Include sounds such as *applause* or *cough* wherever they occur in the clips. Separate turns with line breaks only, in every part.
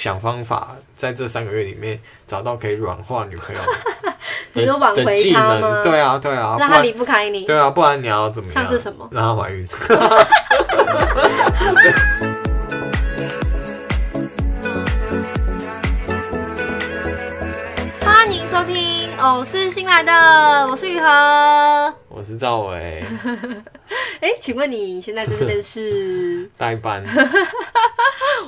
想方法在这三个月里面找到可以软化女朋友
*laughs* 你说挽
的的
回
技
他吗
能。对啊，对啊，不
让他
然
离不开你。
对啊，不然你要怎么样？
像是什么？
让她怀孕。 *laughs*
欢迎收听《偶是新来的》，我是雨禾。哎、
我欸是赵伟，
请问你现在在这边是
代班。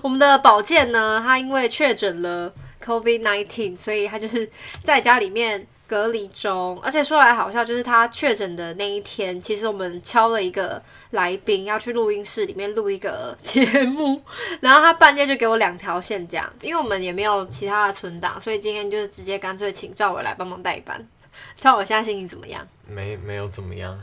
我们的宝健呢？他因为确诊了 COVID nineteen，所以他就是在家里面隔离中。而且说来好笑，就是他确诊的那一天，其实我们敲了一个来宾要去录音室里面录一个节目，然后他半夜就给我两条线这样，因为我们也没有其他的存档，所以今天就直接干脆请赵伟来帮忙代班。 *laughs* 赵伟现在心情怎么样？
没没有怎么样，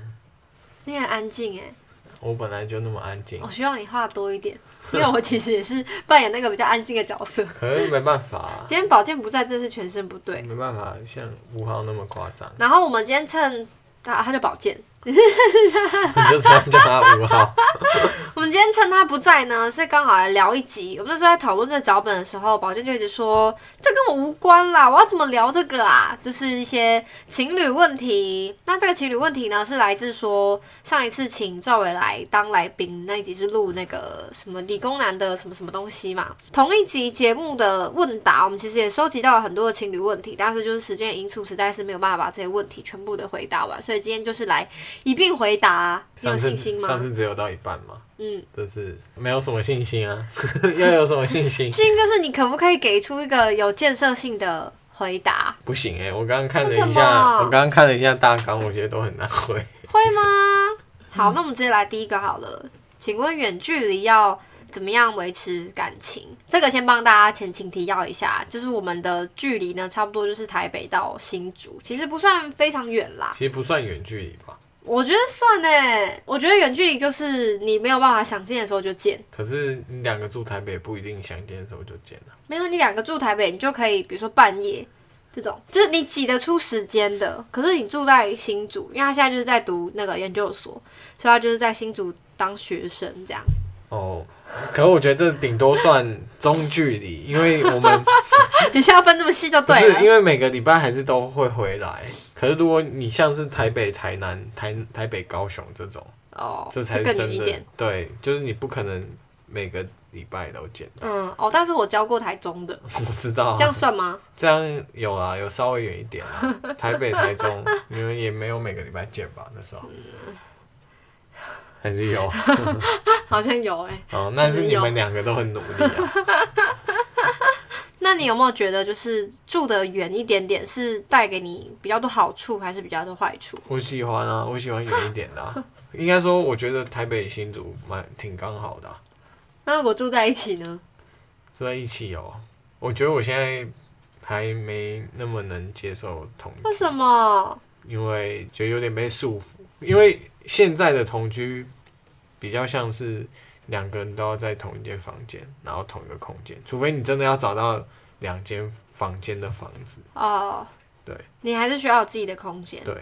你很安静哎，
我本来就那么安静
我，希望你话多一点， *laughs* 因为我其实也是扮演那个比较安静的角色。
可是没办法啊、
今天宝剑不在，真是全身不对。
没办法像吴昊那么夸张， *laughs*
然后我们今天趁他他叫宝剑，
你就这样叫他吴
*laughs*
昊。
我们今天趁他不在呢，是刚好来聊一集。我们那时候在讨论这脚本的时候，宝剑就一直说这跟我无关啦，我要怎么聊这个啊？就是一些情侣问题。那这个情侣问题呢，是来自说上一次请赵伟来当来宾那一集是录那个什么理工男的什么什么东西嘛。同一集节目的问答，我们其实也收集到了很多的情侣问题，但是就是时间因素，实在是没有办法把这些问题全部的回答完，所以今天就是来一并回答。你有
上次
信心吗？
上次只有到一半嘛，
嗯，
这次没有什么信心啊， *laughs* 要有什么信心？
信 *laughs* 就是你可不可以给出一个有建设性的回答？
不行哎、我刚刚看了
为
一
什么
下，我刚刚看了一下大纲，我觉得都很难回。
会吗？好，那我们直接来第一个好了。请问远距离要怎么样维持感情？这个先帮大家前情提要一下，就是我们的距离呢，差不多就是台北到新竹，其实不算非常远啦。
其实不算远距离吧，
我觉得算呢，我觉得远距离就是你没有办法想见的时候就见。
可是你两个住台北不一定想见的时候就见了。
没有，你两个住台北，你就可以，比如说半夜这种，就是你挤得出时间的。可是你住在新竹，因为他现在就是在读那个研究所，所以他就是在新竹当学生这样。 *laughs*
哦，可我觉得这顶多算中距离，因为我
*laughs*
们
你现在分这么细就
不
对啊
是
了。
因为每个礼拜还是都会回来。可是如果你像是台北、台南、台台北、高雄这种，
哦，
这才是
更
真
远一
的
点。
对，就是你不可能每个礼拜都见。 *laughs*
嗯，哦，但是我教过台中的，
我知道、啊，
这样算吗？
这样有啊，有稍微远一点啊，台北、台中， *laughs* 你们也没有每个礼拜见吧？那时
嗯
候还是有
*laughs* 好像有哎、
哦，那是你
有
们两个都很努力
*laughs*
啊。
那你有没有觉得，就是住得远一点点，是带给你比较多好处，还是比较多坏处？
我喜欢啊，我喜欢远一点的、啊。应该说，我觉得台北、新竹蛮挺刚好的啊、
那如果住在一起呢？
住在一起哦。我觉得我现在还没那么能接受同居
为什么？
因为觉得有点被束缚，因为现在的同居比较像是两个人都要在同一间房间，然后同一个空间，除非你真的要找到两间房间的房子，
哦，
对，
你还是需要有自己的空间。
对。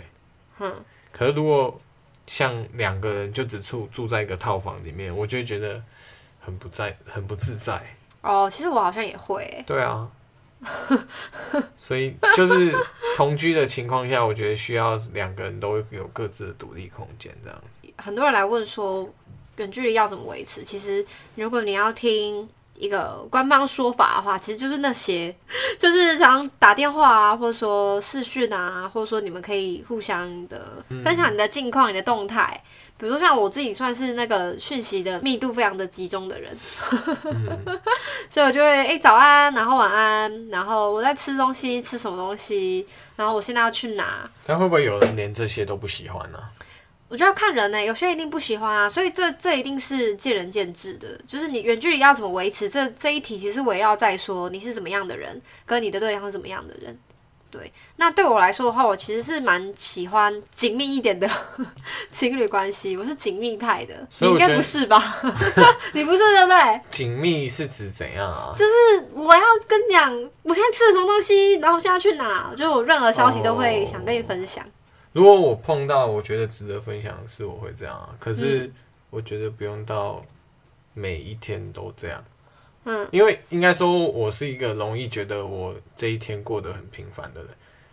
嗯，
可是如果像两个人就只住住在一个套房里面，我就会觉得很不在，很不自在。
哦，其实我好像也会欸，
对啊，所以就是同居的情况下，我觉得需要两个人都有各自的独立空间，这样。
很多人来问说远距离要怎么维持。其实如果你要听一个官方说法的话，其实就是那些， *laughs* 就是常打电话啊，或者说视讯啊，或者说你们可以互相的分享你的近况、你的动态。比如说像我自己算是那个讯息的密度非常的集中的人， *laughs* 所以我就会哎、诶早安，然后晚安，然后我在吃东西，吃什么东西，然后我现在要去哪，
但会不会有人连这些都不喜欢呢、
我觉得要看人呢、欸有些人一定不喜欢啊，所以这这一定是见仁见智的。就是你远距离要怎么维持，这这一题其实围绕在说你是怎么样的人，跟你的对象是怎么样的人。对，那对我来说的话，我其实是蛮喜欢紧密一点的 *laughs* 情侣关系，我是紧密派的。
所以
你
我
应
觉
该
得
不是吧？ *laughs* 你不是对不对？
紧密是指怎样啊？
就是我要跟你讲，我现在吃了什么东西，然后我现在去哪，就是我任何消息都会想跟你分享。
如果我碰到我觉得值得分享的事，我
嗯
会这样啊。可是我觉得不用到每一天都这样。
嗯
因为应该说我是一个容易觉得我这一天过得很平凡的人，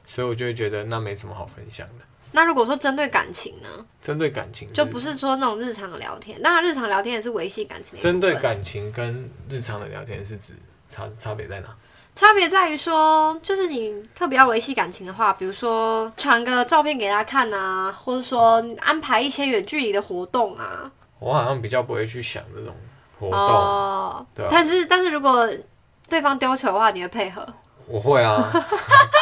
所以我就会觉得那没什么好分享的。
那如果说针对感情呢，
针对感情
就不是说那种日常的聊天，当然日常聊天也是维系感情的一部分。
针对感情跟日常的聊天是指差差别在哪？
差别在于说，就是你特别要维系感情的话，比如说传个照片给他看啊，或者说安排一些远距离的活动啊。
我好像比较不会去想这种活动，
哦
对啊
但是但是如果对方丢球的话，你会配合。
我会啊， *laughs*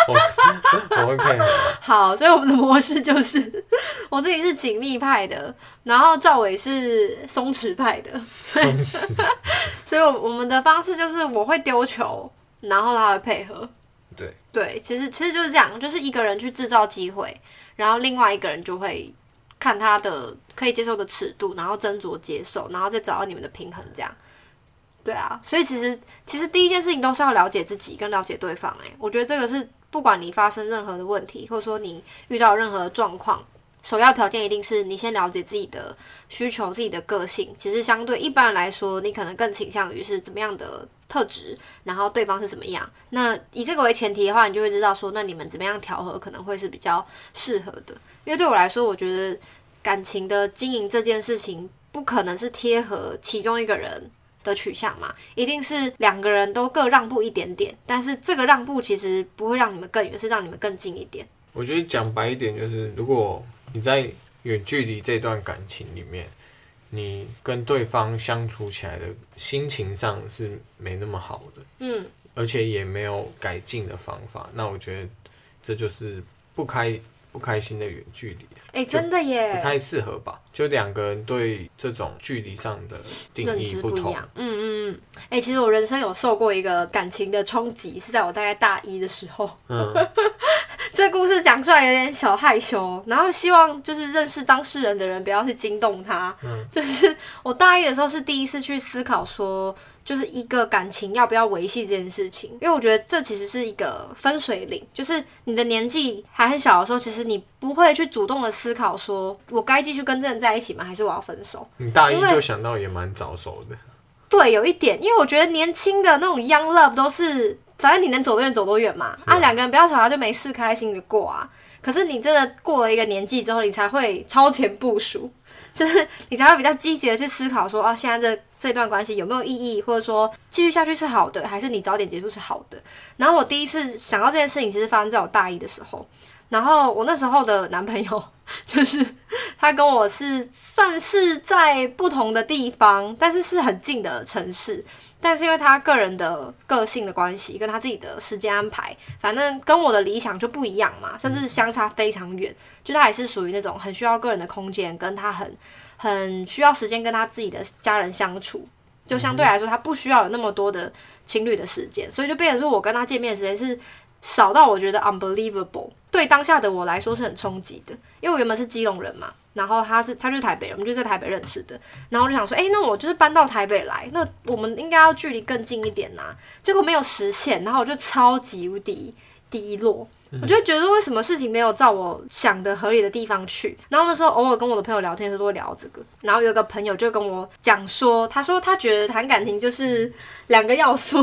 我我 *laughs* 会配合。
好，所以我们的模式就是 *laughs* 我自己是紧密派的，然后赵伟是松弛派的，
松弛，
所以我我们的方式就是我会丢球，然后他会配合。
对
对，其实其实就是这样，就是一个人去制造机会，然后另外一个人就会看他的可以接受的尺度，然后斟酌接受，然后再找到你们的平衡，这样。对啊，所以其实其实第一件事情都是要了解自己跟了解对方、欸。我觉得这个是不管你发生任何的问题，或者说你遇到任何状况，首要条件一定是你先了解自己的需求、自己的个性。其实相对一般人来说，你可能更倾向于是怎么样的特质，然后对方是怎么样。那以这个为前提的话，你就会知道说，那你们怎么样调和可能会是比较适合的。因为对我来说，我觉得感情的经营这件事情，不可能是贴合其中一个人。的取向嘛，一定是两个人都各让步一点点，但是这个让步其实不会让你们更远，是让你们更近一点。
我觉得讲白一点就是，如果你在远距离这段感情里面，你跟对方相处起来的心情上是没那么好的，
嗯，
而且也没有改进的方法，那我觉得这就是不开不开心的远距离，
哎、真的
不
耶，
太适合吧？就两个人对这种距离上的定
认
义
知不一
同，
样。嗯嗯嗯，哎、其实我人生有受过一个感情的冲击，是在我大概大一的时候。 *laughs*
嗯，
这故事讲出来有点小害羞，然后希望就是认识当事人的人不要去惊动他。
嗯
*laughs* 就是我大一的时候是第一次去思考说，就是一个感情要不要维系这件事情，因为我觉得这其实是一个分水岭，就是你的年纪还很小的时候，其实你不会去主动的思考说，我该继续跟这人在一起吗？还是我要分手？
你大一
*laughs* 因为
就想到也蛮早熟的，
对，有一点，因为我觉得年轻的那种 young love 都是，反正你能走多远走多远嘛。
是啊
啊，两个人不要吵架就没事，开心的过啊。可是你真的过了一个年纪之后，你才会超前部署， *laughs* 就是你才会比较积极的去思考说，哦、现在这这段关系有没有意义，或者说继续下去是好的，还是你早点结束是好的。然后我第一次想到这件事情，其实发生在我大一的时候。然后我那时候的男朋友 *laughs* 就是他跟我是算是在不同的地方，但是是很近的城市。但是因为他个人的个性的关系，跟他自己的时间安排，反正跟我的理想就不一样嘛，甚至相差非常远。就他也是属于那种很需要个人的空间，跟他很很需要时间跟他自己的家人相处。就相对来说，他不需要有那么多的情侣的时间，所以就变成说我跟他见面的时间是少到我觉得 unbelievable。对当下的我来说是很冲击的，因为我原本是基隆人嘛，然后他是他就是台北人，我们就在台北认识的，然后我就想说，哎、那我就是搬到台北来，那我们应该要距离更近一点呐、结果没有实现，然后我就超级无敌低落。
嗯
我就觉得为什么事情没有照我想的合理的地方去，然后那时候偶尔跟我的朋友聊天的时候都会聊这个，然后有一个朋友就跟我讲说，他说他觉得谈感情就是 *laughs* 两个要素，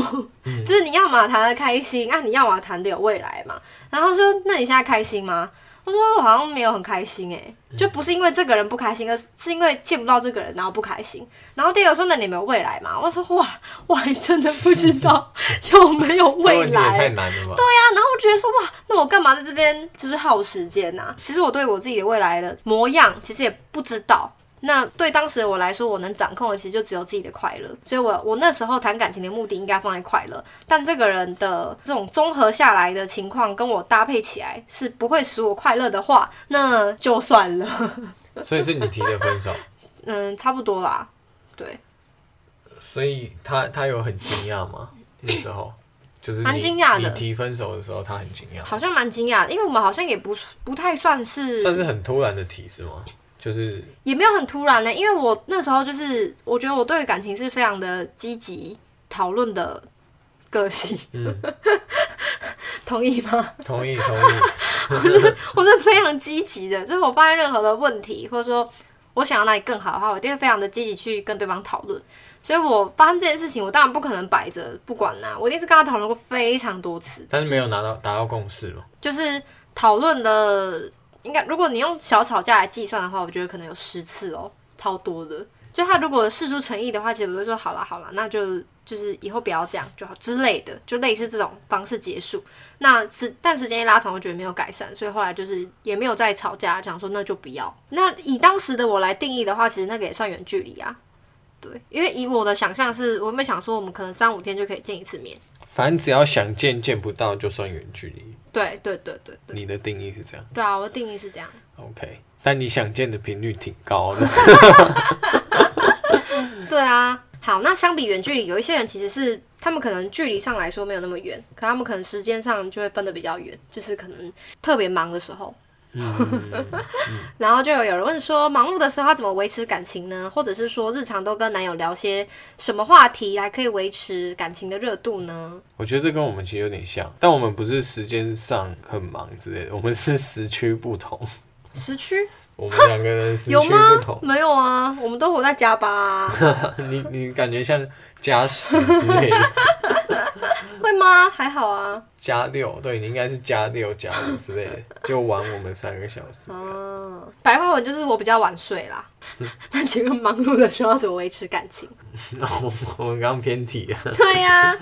就是你要嘛谈的开心，啊你要嘛谈的有未来嘛，然后他说那你现在开心吗？我说我好像没有很开心诶、
嗯
就不是因为这个人不开心，而是是因为见不到这个人然后不开心。然后第二个说那你有没有未来嘛？我说哇，我还真的不知
*laughs*
道有没有
这
未
问题也
来。
太难了吧？
啊然后我觉得说哇，那我干嘛在这边就是耗时间呐、啊其实我对我自己的未来的模样，其实也不知道。那对当时的我来说，我能掌控的其实就只有自己的快乐，所以我我那时候谈感情的目的应该放在快乐，但这个人的这种综合下来的情况跟我搭配起来是不会使我快乐的话，那就算了，啊
所以是你提的分手，
嗯，差不多啦，对，
所以他他有很惊讶
*coughs*
吗？那时候就是你
蛮惊讶的
你提分手的时候，他很惊讶，
好像蛮惊讶的，因为我们好像也不不太算是
算是很突然的提是吗？就是
也没有很突然呢、因为我那时候就是，我觉得我对于感情是非常的积极讨论的个性，
嗯，
*laughs* 同意吗？
同意
*laughs*
同意，
我是非常积极的，就是我发现任何的问题，或者说我想要哪里更好的话，我一定会非常的积极去跟对方讨论。所以我发生这件事情，我当然不可能摆着不管啦、我一定是跟他讨论过非常多次，
但是没有拿到达到共识嘛。
就是讨论的应该，如果你用小吵架来计算的话，我觉得可能有十次哦，超多的。就他如果事出诚意的话，其实我就说好啦好啦，那就就是以后不要这样就好之类的，就类似这种方式结束。那时但时间一拉长，我觉得没有改善，所以后来就是也没有再吵架，想说那就不要。那以当时的我来定义的话，其实那个也算远距离啊。对，因为以我的想象是，我们想说我们可能三五天就可以见一次面。
反正只要想见见不到，就算远距离。
对对对对对，
你的定义是这样
对啊，我的定义是这样。
，OK？但你想见的频率挺高
*laughs*
的，
对啊，好，那相比远距离，有一些人其实是他们可能距离上来说没有那么远，可他们可能时间上就会分得比较远，就是可能特别忙的时候。 *laughs* 然后就有人问说，忙碌的时候要怎么维持感情呢？或者是说，日常都跟男友聊些什么话题，还可以维持感情的热度呢？
我觉得这跟我们其实有点像，但我们不是时间上很忙之类的，我们是时区不同，
时区
我们两个人时
有
区
吗
不同。？
没有啊，我们都活在家吧、
你你感觉像加十之类的，
会吗？还好啊。
加六，对你应该是加六加五之类的，就玩我们三个小时。 *laughs*
嗯，白话文就是我比较晚睡啦。那请问忙碌的时候要怎么维持感 *laughs* 情？
那我我们刚刚偏题了，
对呀、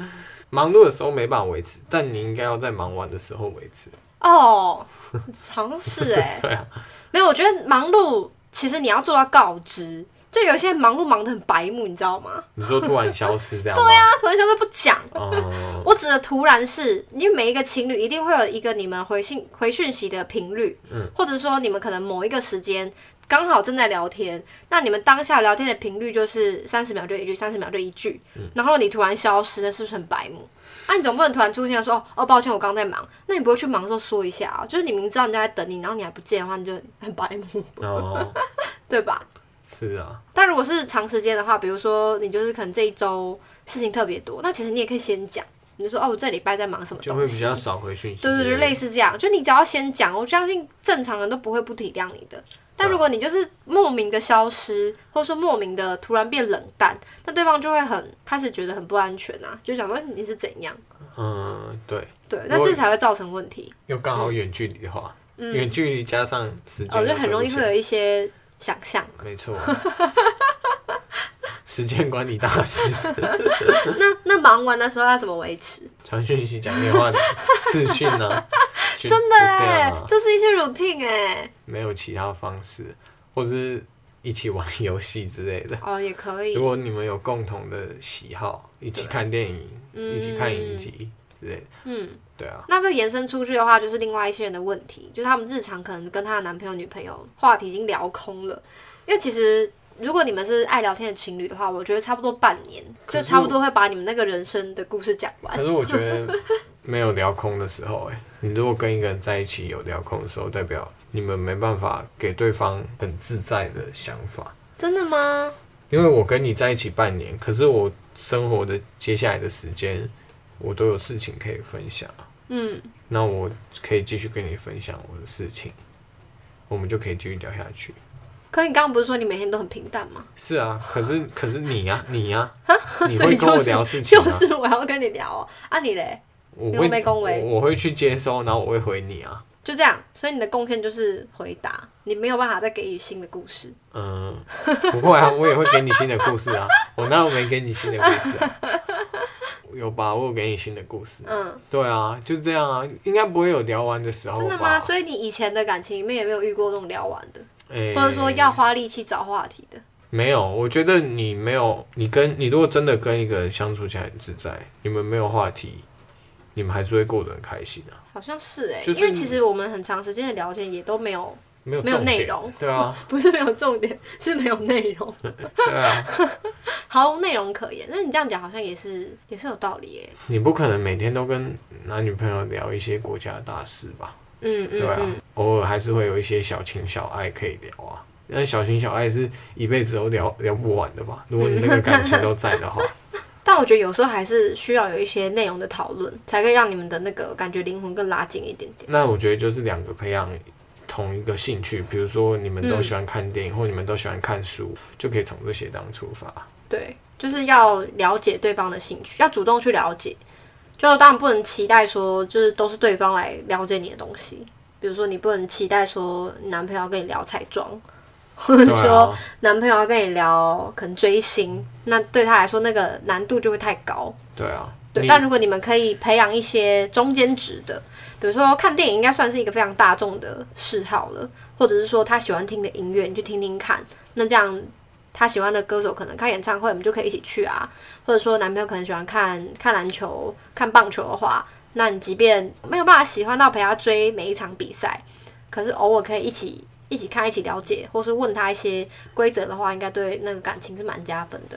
忙碌的时候没办法维持，但你应该要在忙完的时候维持。
哦，
*laughs*
尝试哎，
对啊，
没有，我觉得忙碌其实你要做到告知，就有些人忙碌忙得很白目，你知道吗？
你说突然消失这样吗？对啊，
他突然消失不讲。
哦，
我指的突然是，因为每一个情侣一定会有一个你们回信回讯息的频率，或者说你们可能某一个时间刚好正在聊天，那你们当下聊天的频率就是三十秒就一句，三十秒就一句，然后你突然消失，那是不是很白目？啊，你总不能突然出现说哦哦，抱歉，我刚在忙，那你不会去忙的时候说一下啊？就是你明知道人家在等你，然后你还不见的话，你就很很白目，
哦，
对吧？
是啊，
但如果是长时间的话，比如说你就是可能这一周事情特别多，那其实你也可以先讲，你就说哦，我这礼拜在忙什么
就
东
会
西
比，较少回讯息之
对
类的。
对对，类似这样，就你只要先讲，我相信正常人都不会不体谅你的。但如果你就是莫名的消失，或者说莫名的突然变冷淡，那对方就会很开始觉得很不安全啊，就想说你是怎样，
嗯，对，
对，那
我
这才会造成问题，
又刚好远距离的话，远、距离加上时间、
嗯哦，就很容易会有一些想象。
没错， *laughs* 时间管理大师，
那那忙完的时候要怎么维持？
传讯息、讲电话、视讯啊，就
*laughs* 真的
就这
哎、
样啊，
这是一些 routine 哎、
没有其他方式，或是一起玩游戏之类的。
哦，也可以
如。果你们有共同的喜好，一起看电影，一起看影集之类的，
嗯，
对啊，
那这延伸出去的话，就是另外一些人的问题，就是他们日常可能跟她的男朋友、女朋友话题已经聊空了，因为其实。如果你们是爱聊天的情侣的话，我觉得差不多半年
可
就是差不多会把你们那个人生的故事讲完。
可是我觉得没有聊空的时候、欸，你如果跟一个人在一起有聊空的时候，代表你们没办法给对方很自在的想法。
真的吗？
因为我跟你在一起半年，可是我生活的接下来的时间，我都有事情可以分享，
嗯，
那我可以继续跟你分享我的事情，我们就可以继续聊下去。
可你刚刚不是说你每天都很平淡吗？
是啊，可是 *laughs* 可是你呀、你呀、你
*laughs* 所以
会跟
就
我
是
聊事情啊
就，是我要跟你聊哦，啊你嘞，
我
你
会
会被恭维
我我会去接收，然后我会回你啊。
就这样。所以你的贡献就是回答，你没有办法再给予新的故事。
嗯，不会啊，我也会给你新的故事啊。 *laughs* 我哪有没给你新的故事啊？有吧，我有给你新的故事。
嗯，
对啊，就这样啊，应该不会有聊完的时候吧？
真的吗？所以你以前的感情里面也没有遇过那种聊完的，
诶
或者说要花力气找话题的。
没有？我觉得你没有，你跟你如果真的跟一个人相处起来很自在，你们没有话题，你们还是会过得很开心啊。
好像是哎、
就是
因为其实我们很长时间的聊天也都没有， *laughs*
没有
没有
重点
内容
对啊，
不是没有重点， *laughs* 是没有内容，
对
*laughs*
啊，
毫无内容可言。那你这样讲好像也是也是有道理耶、
你不可能每天都跟男女朋友聊一些国家的大事吧？
嗯嗯
对啊
嗯，，
偶尔还是会有一些小情小爱可以聊啊。但小情小爱是一辈子都聊聊不完的
嗯
吧？如果你那个感情都在的
*laughs*
话，
但我觉得有时候还是需要有一些内容的讨论，才可以让你们的那个感觉灵魂更拉近一点点。
那我觉得就是两个培养同一个兴趣，比如
嗯
说你们都喜欢看电影，或你们都喜欢看书，就可以从这些当出发。
对，就是要了解对方的兴趣，要主动去了解。就当然不能期待说，就是都是对方来了解你的东西。比如说，你不能期待说你男朋友要跟你聊彩妆， *laughs* 或者
对
*laughs* 说
啊，
男朋友要跟你聊可能追星，那对他来说那个难度就会太高。
对啊，
对，
你
但如果你们可以培养一些中间值的，比如说看电影，应该算是一个非常大众的嗜好了，或者是说他喜欢听的音乐，你去听听看。那这样他喜欢的歌手可能开演唱会，我们就可以一起去啊。或者说男朋友可能喜欢看看篮球、看棒球的话，那你即便没有办法喜欢到陪他追每一场比赛，可是偶尔可以一起一起看、一起了解，或是问他一些规则的话，应该对那个感情是蛮加分的。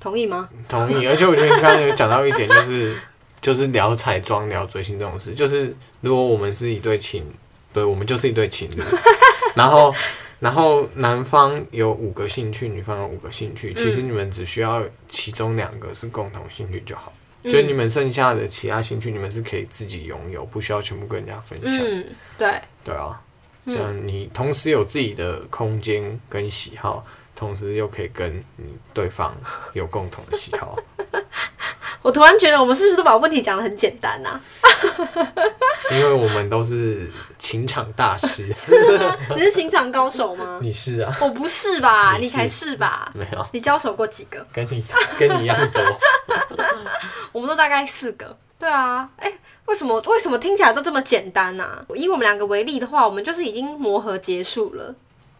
同意吗？
同意。而且我觉得你刚刚有讲到一点，就是就是聊彩妆、聊追星这种事，就是如果我们是一对情，不是我们就是一对情侣，然后然后男方有五个兴趣，女方有五个兴趣，其实你们只需要其中两个是共同兴趣就好。就你们剩下的其他兴趣，你们是可以自己拥有，不需要全部跟人家分享。
嗯，对。
对啊，这样你同时有自己的空间跟喜好，同时又可以跟你对方有共同的喜好。
我突然觉得我们是不是都把问题讲得很简单呐、啊
*laughs* 因为我们都是情场大师，
你是情场高手吗？
*laughs* 你是啊？
我不是吧？
你
你
是
才是吧？
没有，
你交手过几个？
跟
*laughs*
你跟你一样多。
我们都大概四个。对啊，哎、为什么为什么听起来都这么简单呐、以我们两个为例的话，我们就是已经磨合结束了，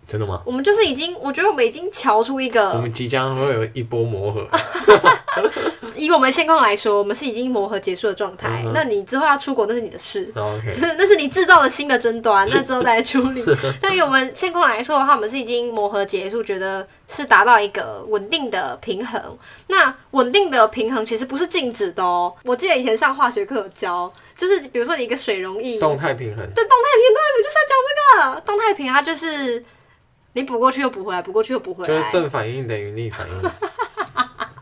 真的吗？
我们就是已经，我觉得我们已经瞧出一
我
个，
们即将会有一波磨合，
以我们现况来说，我们是已经磨合结束的状态。
嗯哼
那你之后要出国，那是你的事。
然后 OK，
*laughs* 那是你制造了新的
*laughs*
争端，那之后再来处理。但以我们现况来说的话，我们是已经磨合结束，觉得是达到一个稳定的平衡。那稳定的平衡其实不是静止的哦。我记得以前上化学课有教，就是比如说你一个水溶液，
动态平衡，
对，动态平衡，我就是要讲这个动态平衡，它就是你补过去又补回来，补过去又 *laughs* 补回
就是
来。
正反应等于逆反应，
*laughs*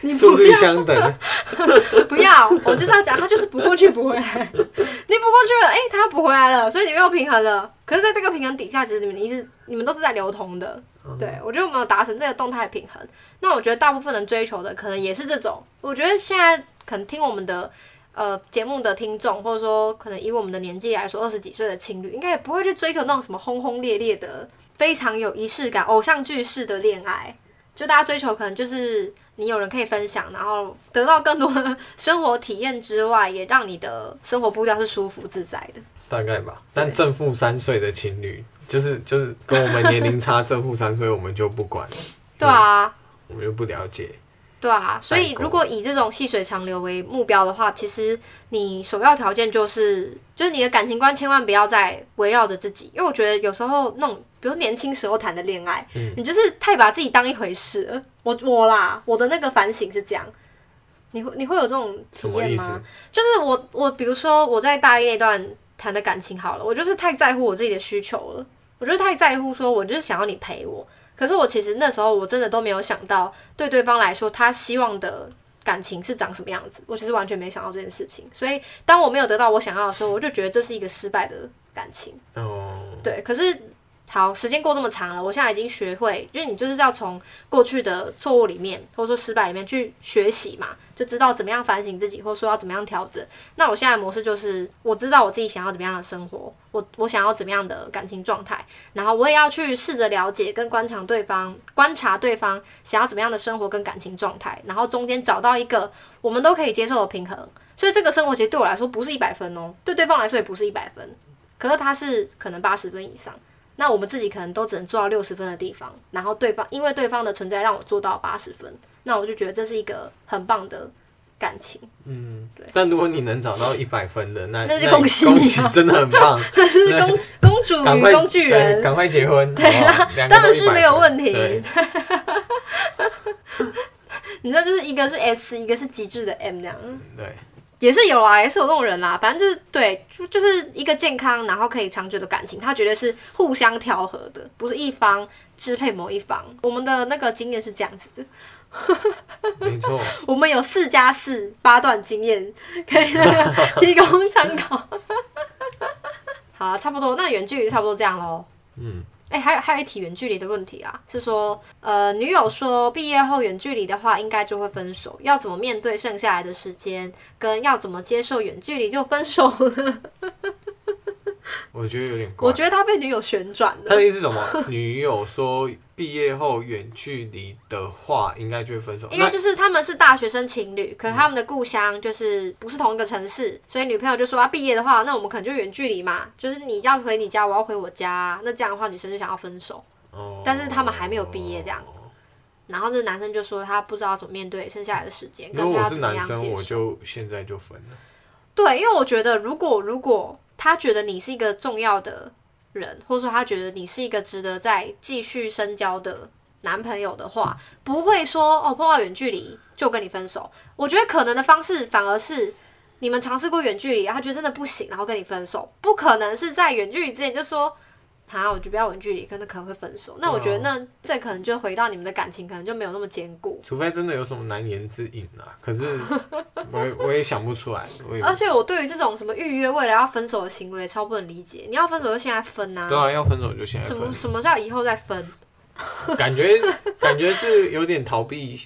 你
速
不
率相等。
*laughs* 不要，我就是要讲，它就是补过去补回来。你补过去了，哎、它补回来了，所以你没有平衡了。可是，在这个平衡底下，其实你们一直你们都是在流通的。对，我觉得我们有达成这个动态平衡。那我觉得大部分人追求的可能也是这种。我觉得现在可能听我们的呃节目的听众，或者说可能以我们的年纪来说，二十几岁的情侣，应该也不会去追求那种什么轰轰烈烈的、非常有仪式感、偶像剧式的恋爱。就大家追求可能就是你有人可以分享，然后得到更多的生活体验之外，也让你的生活步调是舒服自在的。
大概吧。但正负三岁的情侣，就是就是跟我们年龄差正负三岁，我们就不管，
对啊，
我们就不了解。
对啊，所以
代沟
如果以这种细水长流为目标的话，其实你首要条件就是，就是你的感情观千万不要再围绕着自己，因为我觉得有时候那种，比如年轻时候谈的恋爱，
嗯
你就是太把自己当一回事了。我我啦，我的那个反省是这样，你会你会有这种体
什么
验
意
吗？
思？
就是我我比如说我在大一那段谈的感情好了，我就是太在乎我自己的需求了，我就是太在乎说我就是想要你陪我，可是我其实那时候我真的都没有想到对对方来说他希望的。感情是长什么样子？我其实完全没想到这件事情，所以当我没有得到我想要的时候，我就觉得这是一个失败的感情。
哦，
对，可是好，时间过这么长了，我现在已经学会，就是你就是要从过去的错误里面，或者说失败里面去学习嘛，就知道怎么样反省自己，或者说要怎么样调整。那我现在的模式就是，我知道我自己想要怎么样的生活，我我想要怎么样的感情状态，然后我也要去试着了解跟观察对方，观察对方想要怎么样的生活跟感情状态，然后中间找到一个我们都可以接受的平衡。所以这个生活其实对我来说不是一百分哦，对对方来说也不是一百分。可是他是可能八十分以上，那我们自己可能都只能做到六十分的地方，然后对方因为对方的存在让我做到八十分，那我就觉得这是一个很棒的感情，
但如果你能找到一百分的，那
那就
你
恭喜你啊
恭喜真的很
*laughs*
棒，
*laughs* 就是公公主
赶
与
快
工具
哎
人，
赶快结
*laughs*
婚，对啊，两个
当
都
然是
100
没有
分
问题
对
你知道，就是一个是 S，一个是极致的 M 那样，
对，
也是有啦，也是有那种人啦，反正就是对，就就是一个健康然后可以长久的感情，它绝对是互相调和的，不是一方支配某一方。我们的那个经验是这样子的。
没
*laughs*
错，
我们有四加四八段经验，可以提 *laughs* 供参考。好、啊，差不多，那远距离差不多这样喽。
嗯，
哎、还有还有一题远距离的问题啊，是说，呃，女友说毕业后远距离的话，应该就会分手，要怎么面对剩下来的时间，跟要怎么接受远距离就分手 *laughs* 呢？
我觉得有点怪
我。觉得他被女友旋转
他
了，
的意思是什么？ *laughs* 女友说毕业后远距离的话，应该就会分手。
应该
那
就是他们是大学生情侣，可是他们的故乡就是不是同一个城
嗯
市，所以女朋友就说，啊，毕业的话，那我们可能就远距离嘛，就是你要回你家，我要回我家，那这样的话，女生就想要分手。
哦
但是他们还没有毕业这样然后这男生就说他不知道怎么面对剩下来的时间，跟
如果我
他要
是
怎么
男
样接
生，我
受。
就现在就分了。
对，因为我觉得如果如果他觉得你是一个重要的人，或者说他觉得你是一个值得再继续深交的男朋友的话，不会说哦碰到远距离就跟你分手。我觉得可能的方式反而是。你们尝试过远距离，他觉得真的不行，然后跟你分手，不可能是在远距离之前就说，啊，我就不要远距离，可能可能会分手。那我觉得那这可能就回到你们的感情，可能就没有那么坚固。
除非真的有什么难言之隐啊，可
*laughs*
是我也我也想不出来，我也
而且我对于这种什么预约未来要分手的行为超不能理解。你要分手就现在分呐、
对啊，要分手就现在
怎
分
么，什么叫以后再分？ *laughs*
感觉感觉是有点逃避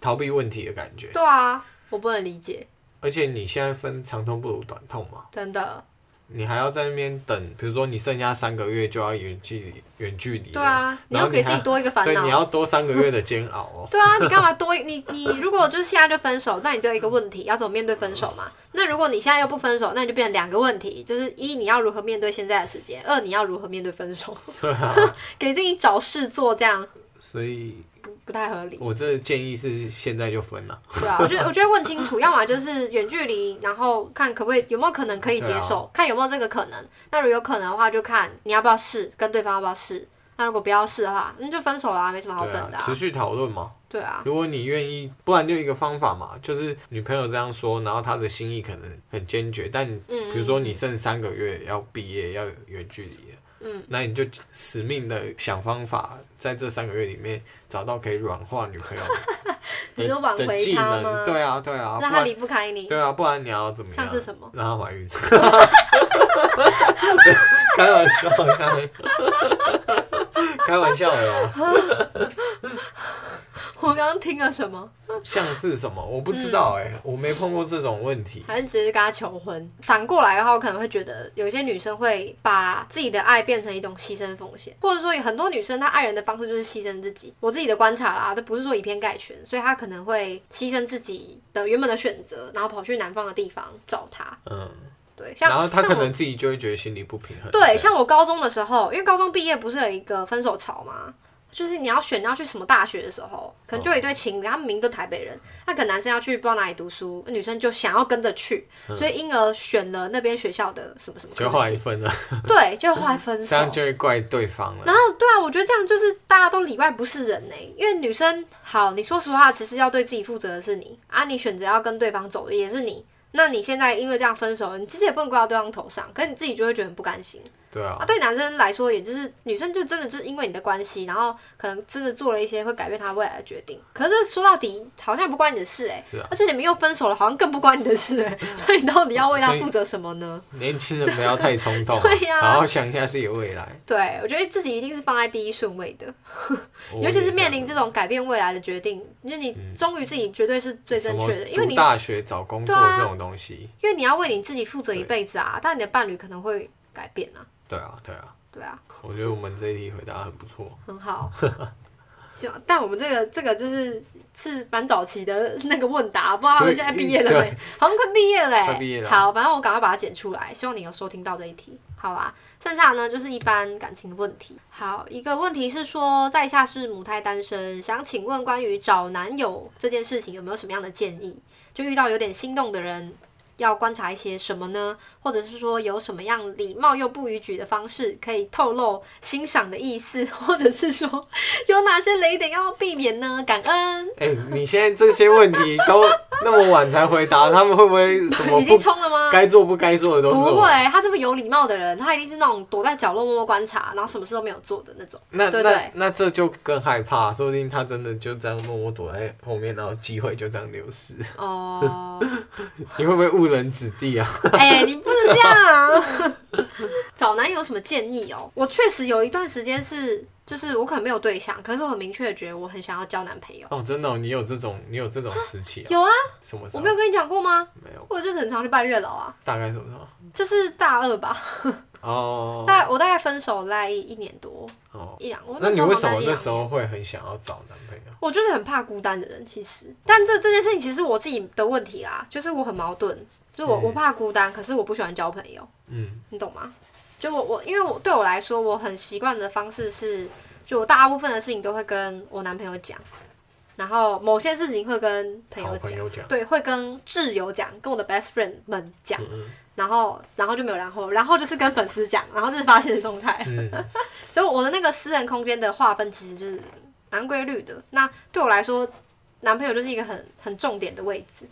逃避问题的感觉。
对啊，我不能理解，
而且你现在分长痛不如短痛嘛，
真的。
你还要在那边等，比如说你剩下三个月就要远距离远距离了，
对啊，你
然
要
后
给
你
自
还
己多一个烦
对，你
恼。
要多三个月的煎熬
*laughs*
哦。
对啊，你干嘛多一你你如果就是现在就分手，那你只有一个问题，要怎么面对分手嘛？那如果你现在又不分手，那你就变成两个问题，就是一你要如何面对现在的时间，二你要如何面对分手，
*laughs* 对啊，
*laughs* 给自己找事做，这样
所以
不不太合理。
我这建议是现在就分了。
对啊，我觉得我觉得问清楚，要么就是远距离，然后看可不可以有没有可能可以
啊
接受，看有没有这个可能。那如果有可能的话，就看你要不要试，跟对方要不要试。那如果不要试的话，嗯那就分手啦、没什么好
对
等
啊
的、，
持续讨论嘛。
对啊，
如果你愿意，不然就一个方法嘛，就是女朋友这样说，然后她的心意可能很坚决，但你
嗯，
比如说你剩三个月要毕业，要远距离了，
嗯，
那你就死命的想方法，在这三个月里面找到可以软化女朋友
啊你就挽
的
回
技
他吗
能，？对啊，对啊，不
让他
然
离不开你，
对啊，不然你要怎么
像
样？
是什么？
让她怀孕？开玩笑，开玩笑，开玩笑的啦。
我刚刚听了什么？
像是什么？我不知道哎、我没碰过这种问题。
还是直接跟他求婚？反过来的话，我可能会觉得有一些女生会把自己的爱变成一种牺牲奉献，或者说有很多女生她爱人的方式就是牺牲自己。我自己的观察啦，这不是说以偏概全，所以她可能会牺牲自己的原本的选择，然后跑去南方的地方找他。
嗯，
对，像
然后他
像
可
我
能自己就会觉得心里不平衡。
对，像我高中的时候，因为高中毕业不是有一个分手潮吗？就是你要选要去什么大学的时候，可能就有一对情侣，他们明明都台北人，那可能男生要去不知道哪里读书，女生就想要跟着去，所以因而选了那边学校的什么什么
嗯就后
科
来
系，
分了，
*laughs* 对，就后来分
这
手。
样就会怪对方了。
然后对啊，我觉得这样就是大家都里外不是人呢、欸因为女生好，你说实话，其实要对自己负责的是你啊，你选择要跟对方走的也是你。那你现在因为这样分手了，你其实也不能怪到对方头上，可是你自己就会觉得很不甘心。
对啊
啊，，对男生来说，也就是女生就真的就是因为你的关系，然后可能真的做了一些会改变她未来的决定。可是说到底，好像也不关你的事哎、
是啊，
而且你们又分手了，好像更不关你的事哎、
*laughs*
那你到底要为他负责什么呢？，
年轻人不要太冲动
对呀
好好想一下自己的未来，
对，我觉得自己一定是放在第一顺位的，
我
尤其是
也
面
样嗯
临这种改变未来的决定，因为你忠于自己绝对是最正确
什
的，
么
因为
读
你
大学找工作
对啊
这种东西，
因为你要为你自己负责一
对
辈子啊，但你的伴侣可能会改变啊，
对啊，对啊，
对啊。
我觉得我们这一题回答得很不错。
很好。希望，但我们这个这个就是是蛮早期的那个问答，不知道他们现在毕业了
所以
没？好像快毕业了、欸，
快毕业了
好，反正我赶快把它剪出来，希望你有收听到这一题。好啦，剩下呢就是一般感情的问题。好，一个问题是说，在下是母胎单身，想请问关于找男友这件事情有没有什么样的建议？就遇到有点心动的人，要观察一些什么呢？或者是说有什么样礼貌又不逾矩的方式可以透露欣赏的意思，或者是说有哪些雷点要避免呢？感恩，
哎、你现在这些问题都那么晚才回答，他们会不会什么
已经
不
冲了吗？
该做不该做的都
不
做？
会，他这么有礼貌的人，他一定是那种躲在角落默默观察，然后什么事都没有做的那
*laughs*
种。
那
对
那
对
那这就更害怕，说不定他真的就这样默默躲在后面，然后机会就这样流失。 *laughs*
哦，
你会不会误误人子弟啊。
哎、你不能这样啊！找男友有什么建议哦？我确实有一段时间是，就是我可能没有对象，可是我很明确的觉得我很想要交男朋友。
哦，真的、哦，你有这种你有这种时期啊？
有啊，
什么时
我
候？
没有跟你讲过吗？
没有，
我有一阵子很常去拜月老啊，
大概什么时候？
就是大二吧， *laughs*
哦
大概我大概分手大概一一年多
哦，
一两，我
那你
时候
为
好哦
什
像
么
一
那
两
时候会很想要找男朋友？
我就是很怕孤单的人，其实，但这这件事情其实我自己的问题啦，就是我很矛盾，就是我、
嗯
我怕孤单，可是我不喜欢交朋友，
嗯，
你懂吗？就我我因为我对我来说，我很习惯的方式是，就我大部分的事情都会跟我男朋友讲，然后某些事情会跟朋
好
友
朋
讲，
友讲，
对，会跟挚友讲，跟我的 best friend 们讲，
嗯嗯
然后然后就没有然后，然后就是跟粉丝讲，然后就是发现实动 *laughs* 态，
嗯，
所以我的那个私人空间的划分其实就是蛮规律的。那对我来说，男朋友就是一个很很重点的位置，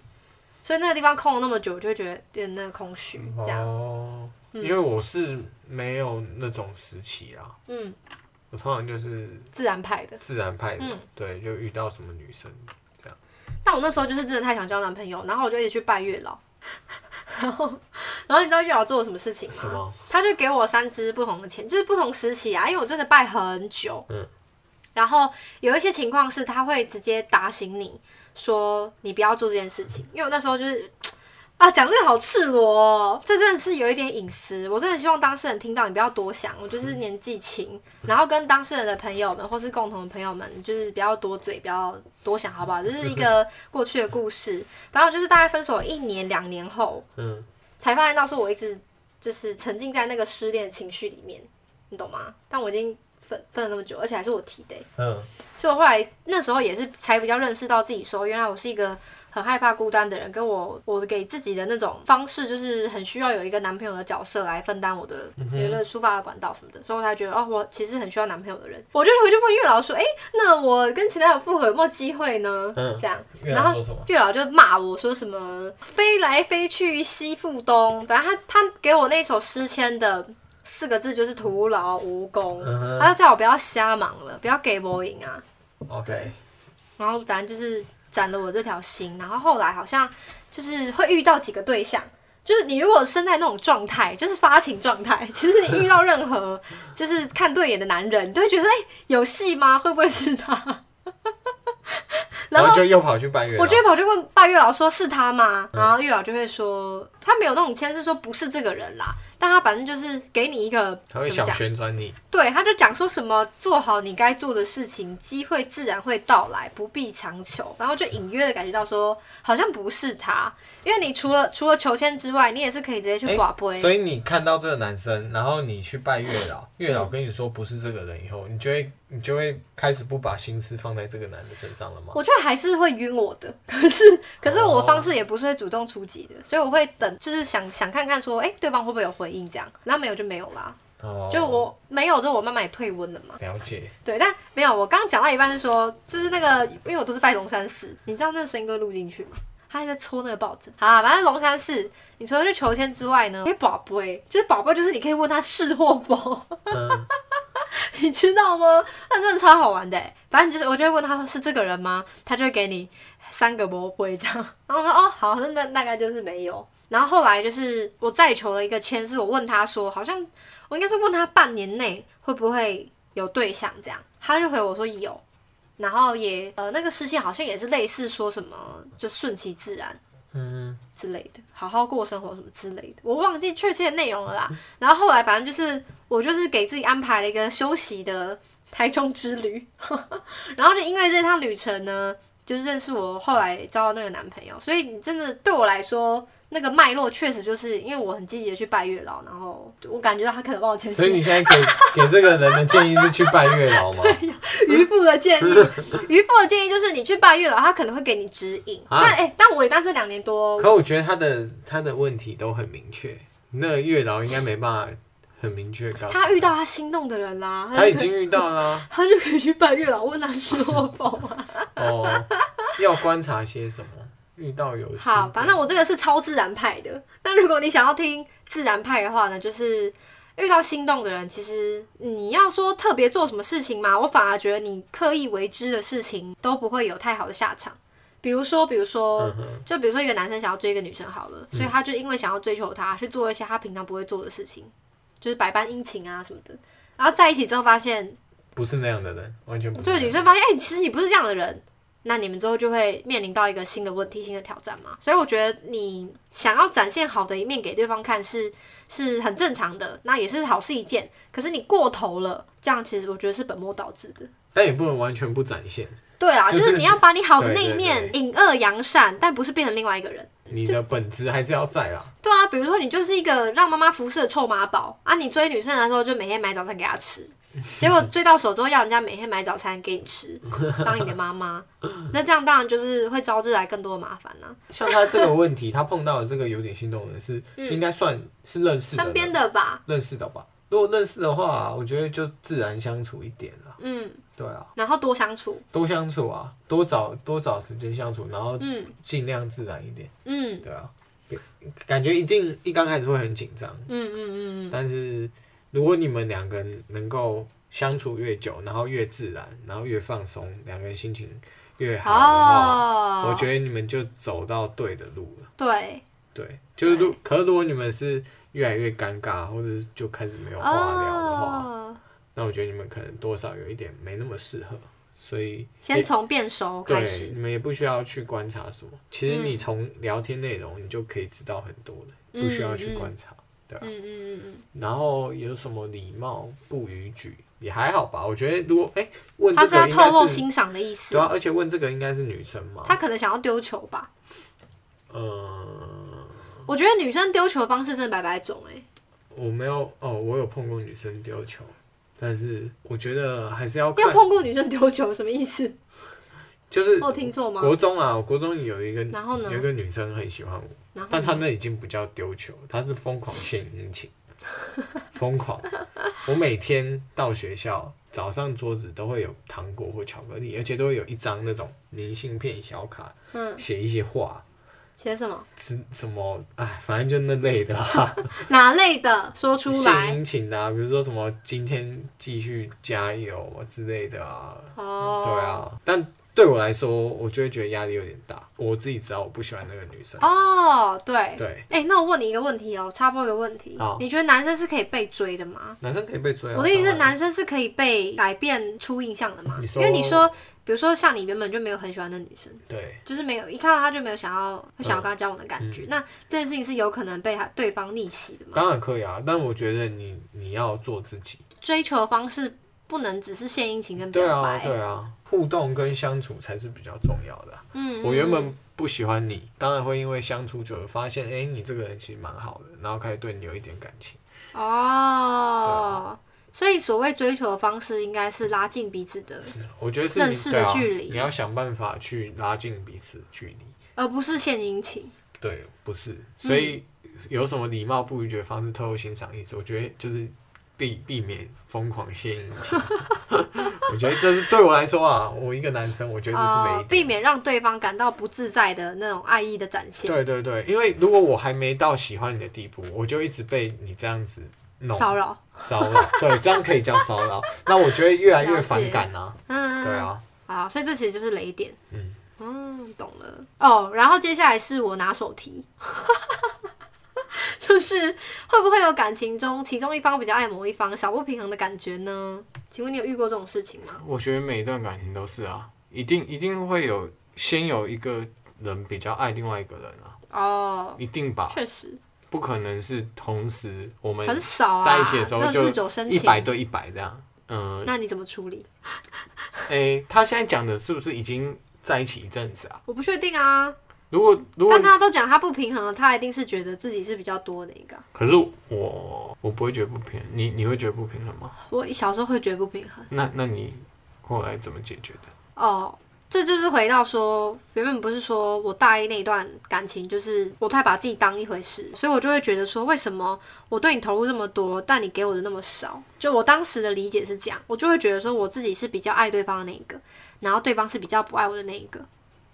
所以那个地方空了那么久，我就会觉得有点那个空虚，这样。
哦，
嗯
因为我是没有那种时期啊，
嗯，
我通常就是
自然派的。
自然派的，
嗯
对，就遇到什么女生，
但我那时候就是真的太想交男朋友，然后我就一直去拜月老。 *laughs* 然后，然后你知道月老做了什么事情
什
吗？
么？
他就给我三支不同的钱，就是不同时期啊，因为我真的拜很久。
嗯。
然后有一些情况是他会直接打醒你说你不要做这件事情，因为我那时候就是啊，讲这个好赤裸、哦，这真的是有一点隐私。我真的希望当事人听到，你不要多想，我就是年纪轻，然后跟当事人的朋友们或是共同的朋友们，就是不要多嘴，不要多想，好不好？就是一个过去的故事。反正我就是大概分手一年两年后，
嗯，
才发现到说我一直就是沉浸在那个失恋的情绪里面，你懂吗？但我已经分分了那么久，而且还是我提的欸、
嗯，
所以我后来那时候也是才比较认识到自己说原来我是一个很害怕孤单的人，跟我我给自己的那种方式，就是很需要有一个男朋友的角色来分担我的有一个抒发的管道什么的，所以我才觉得哦，我其实很需要男朋友的人。我就回去问月老说，哎、那我跟前男友复合有没有机会呢？
嗯
这样，
月
然后
老说什么？
月老啊就骂我说什么飞来飞去西复东，反正他他给我那首诗签的四个字就是徒劳无功，
嗯哼
他就叫我不要瞎忙了，不要给我赢啊。
，OK，
然后反正就是斩了我这条心，然后后来好像就是会遇到几个对象。就是你如果身在那种状态，就是发情状态，其实你遇到任何 *laughs* 就是看对眼的男人，你都会觉得哎、有戏吗？会不会是他？
然
然后
后就又跑去拜月老，
我就会跑去问拜月老说是他吗？
嗯
然后月老就会说他没有那种签字说不是这个人啦，但他反正就是给你一个
他会
怎么
想
讲
旋转你，
对，他就讲说什么做好你该做的事情，机会自然会到来，不必强求。然后就隐约的感觉到说好像不是他，因为你除了除了求签之外，你也是可以直接去
诶
寡杯。
哎所以你看到这个男生，然后你去拜月老，月老跟你说不是这个人以后，你就会你就会开始不把心思放在这个男的身上了吗？
我觉得还是会晕我的， *laughs* 可是可是我方式也不是会主动出击的，所以我会等，就是想想看看说，哎、对方会不会有回应这样，然后没有就没有啦。
哦，
就我没有，之后我慢慢也退温了嘛。
了解，
对，但没有，我刚刚讲到一半是说，就是那个，因为我都是拜龙山寺，你知道那个声音都会录进去吗？他还在抽那个报纸。好啦，反正龙山寺，你除了去求签之外呢，可以宝贝，就是宝贝，就是你可以问他是或否，
嗯，
*laughs* 你知道吗？那真的超好玩的欸。反正你就是，我就会问他说是这个人吗？他就会给你三个魔龟这样。然后我说哦，好，那那大概就是没有。然后后来就是我再求了一个签，是我问他说，好像我应该是问他半年内会不会有对象这样，他就回我说有。然后也呃，那个事情好像也是类似说什么就顺其自然，
嗯，
之类的，好好过生活什么之类的，我忘记确切的内容了啦。然后后来反正就是我就是给自己安排了一个休息的台中之旅， *laughs* 然后就因为这趟旅程呢，就认识我后来交到那个男朋友。所以你真的对我来说，那个脉络确实就是因为我很积极的去拜月老，然后我感觉到他可能帮我牵
所以
线。
你现在给给这个人的建议是去拜月老吗？
*laughs* 渔夫的建议，渔夫的建议就是你去拜月老，他可能会给你指引。
啊
但哎、但我也单身两年多哦，
可我觉得他的他的问题都很明确，那个月老应该没办法很明确告诉
他遇到他心动的人啦，
他已经遇到啦、
他就可以去拜月老，问他是或否啊。
哦，要观察些什么？遇到有心
好，反正我这个是超自然派的。那如果你想要听自然派的话呢，就是遇到心动的人，其实你要说特别做什么事情嘛，我反而觉得你刻意为之的事情都不会有太好的下场。比如说，比如说
嗯，哼，嗯
就比如说一个男生想要追一个女生好了，所以他就因为想要追求她，去做一些他平常不会做的事情，就是百般殷勤啊什么的。然后在一起之后发现，
不是那样的人，完全不是
所
那样
以
的
女
人。
生发现，哎、其实你不是这样的人。那你们之后就会面临到一个新的问题、新的挑战嘛？所以我觉得你想要展现好的一面给对方看是是很正常的，那也是好事一件。可是你过头了，这样其实我觉得是本末倒置的。
但也不能完全不展现
对啊，就
就是
是你要把你好的
对
那一
对
面引恶扬善，但不是变成另外一个人。
你的本质，还是要在啦。
对啊，比如说你就是一个让妈妈服侍的臭妈宝啊，你追女生的时候就每天买早餐给
*laughs*
她吃，结果追到手之后要人家每天买早餐给你吃，当你的妈妈，那这样当然就是会招致来更多的麻烦啦、
像他这个问题，他碰到的这个有点心动的人是，
嗯
应该算是认识的人
身边的吧，
认识的吧。如果认识的话，我觉得就自然相处一点啦。
嗯，
对啊，
然后多相处，
多相处啊，多找多找时间相处，然后
嗯
尽量自然一点。
嗯
对啊，感觉一定一刚开始会很紧张，
嗯嗯嗯
但是如果你们两个人能够相处越久，然后越自然，然后越放松，两个人心情越
嗯，
好的话，
哦，
我觉得你们就走到对的路了。
对，
对，就是如可是如果你们是越来越尴尬，或者是就开始没有话聊的话，
哦，
那我觉得你们可能多少有一点没那么适合，所以
先从变熟开
对，
始，嗯
你们也不需要去观察什么，其实你从聊天内容你就可以知道很多了，不需要去
嗯嗯
观察。对啊
嗯嗯嗯
然后有什么礼貌不逾矩也还好吧，我觉得如果哎、
嗯，
问
他
这
是要
个应
透露
该是
欣赏的意思
对，啊，而且问这个应该是女生嘛，
他可能想要丢球吧。
呃，
我觉得女生丢球的方式真的百百种哎、
我没有哦，我有碰过女生丢球，但是我觉得还是要
你有
看，
碰过女生丢球什么意
*laughs*
思？
就是
我有听错吗？
国中啊，国中有一个
然后呢
有一个女生很喜欢我，
然后
但
呢
她那已经不叫丢球，她是疯狂献殷勤， *laughs* 疯狂，我每天到学校。早上桌子都会有糖果或巧克力，而且都会有一张那种明信片小卡，
嗯，
写一些话，
写什么？
什什么哎，反正就那类的啊，
哪类的？说出
献
来
殷勤的啊，比如说什么今天继续加油之类的啊，
哦。
对。啊，但对我来说，我就会觉得压力有点大，我自己知道我不喜欢那个女生，
哦，对。
对，
哎、那我问你一个问题哦，插播一个问题
好，
你觉得男生是可以被追的吗？
男生可以被追啊，
我的意思是，
当然，
男生是可以被改变初印象的吗？
你
因
说
为你说，比如说像你原本就没有很喜欢的女生，
对，
就是没有一看到她就没有想要会想要跟她交往的感觉，
嗯
那这件事情是有可能被她对方逆袭的吗？
当然可以啊，但我觉得你你要做自己，
追求的方式不能只是献殷勤跟
对
表
啊，
白。
对啊，互动跟相处才是比较重要的啊、
嗯，
我原
嗯
本不喜欢你，当然会因为相处久了发现，哎、你这个人其实蛮好的，然后开始对你有一点感情。
哦，所以所谓追求的方式应该是拉近彼此的，
*laughs* 我觉得是
认
你
识
对
的距
啊，
离
你要想办法去拉近彼此的距离。
而不是献殷勤。
对，不是，
嗯
所以有什么礼貌不逾矩的方式透露欣赏意思，我觉得就是避避免疯狂献殷勤。 *laughs* 我觉得这是对我来说啊，我一个男生，我觉得这是
哦
没、
避免让对方感到不自在的那种爱意的展现，
对对对，因为如果我还没到喜欢你的地步，我就一直被你这样子弄
骚扰。
骚扰，对，这样可以叫骚扰。那我觉得越来越反感啊，
嗯，
对啊，
啊，所以这其实就是雷点。
嗯
嗯懂了。哦，然后接下来是我拿手题， *laughs* 就是会不会有感情中其中一方比较爱某一方，小不平衡的感觉呢？请问你有遇过这种事情吗？
我觉得每一段感情都是啊，一定一定会有先有一个人比较爱另外一个人啊，
哦，
一定吧，
确实
不可能是同时我们
很少、啊、
在一起的时候
那种
就
日久生
一
情。
百对一百这样。嗯，
那你怎么处理？
诶、他现在讲的是不是已经在一起一阵子啊？
我不确定啊，
如果如果
但，他都讲他不平衡了，他一定是觉得自己是比较多的一个。
可是我我不会觉得不平衡，你你会觉得不平衡吗？
我小时候会觉得不平衡
那那你后来怎么解决的？
哦，这就是回到说，原本不是说我大一那一段感情，就是我太把自己当一回事，所以我就会觉得说，为什么我对你投入这么多，但你给我的那么少？就我当时的理解是这样，我就会觉得说我自己是比较爱对方的那一个，然后对方是比较不爱我的那一个。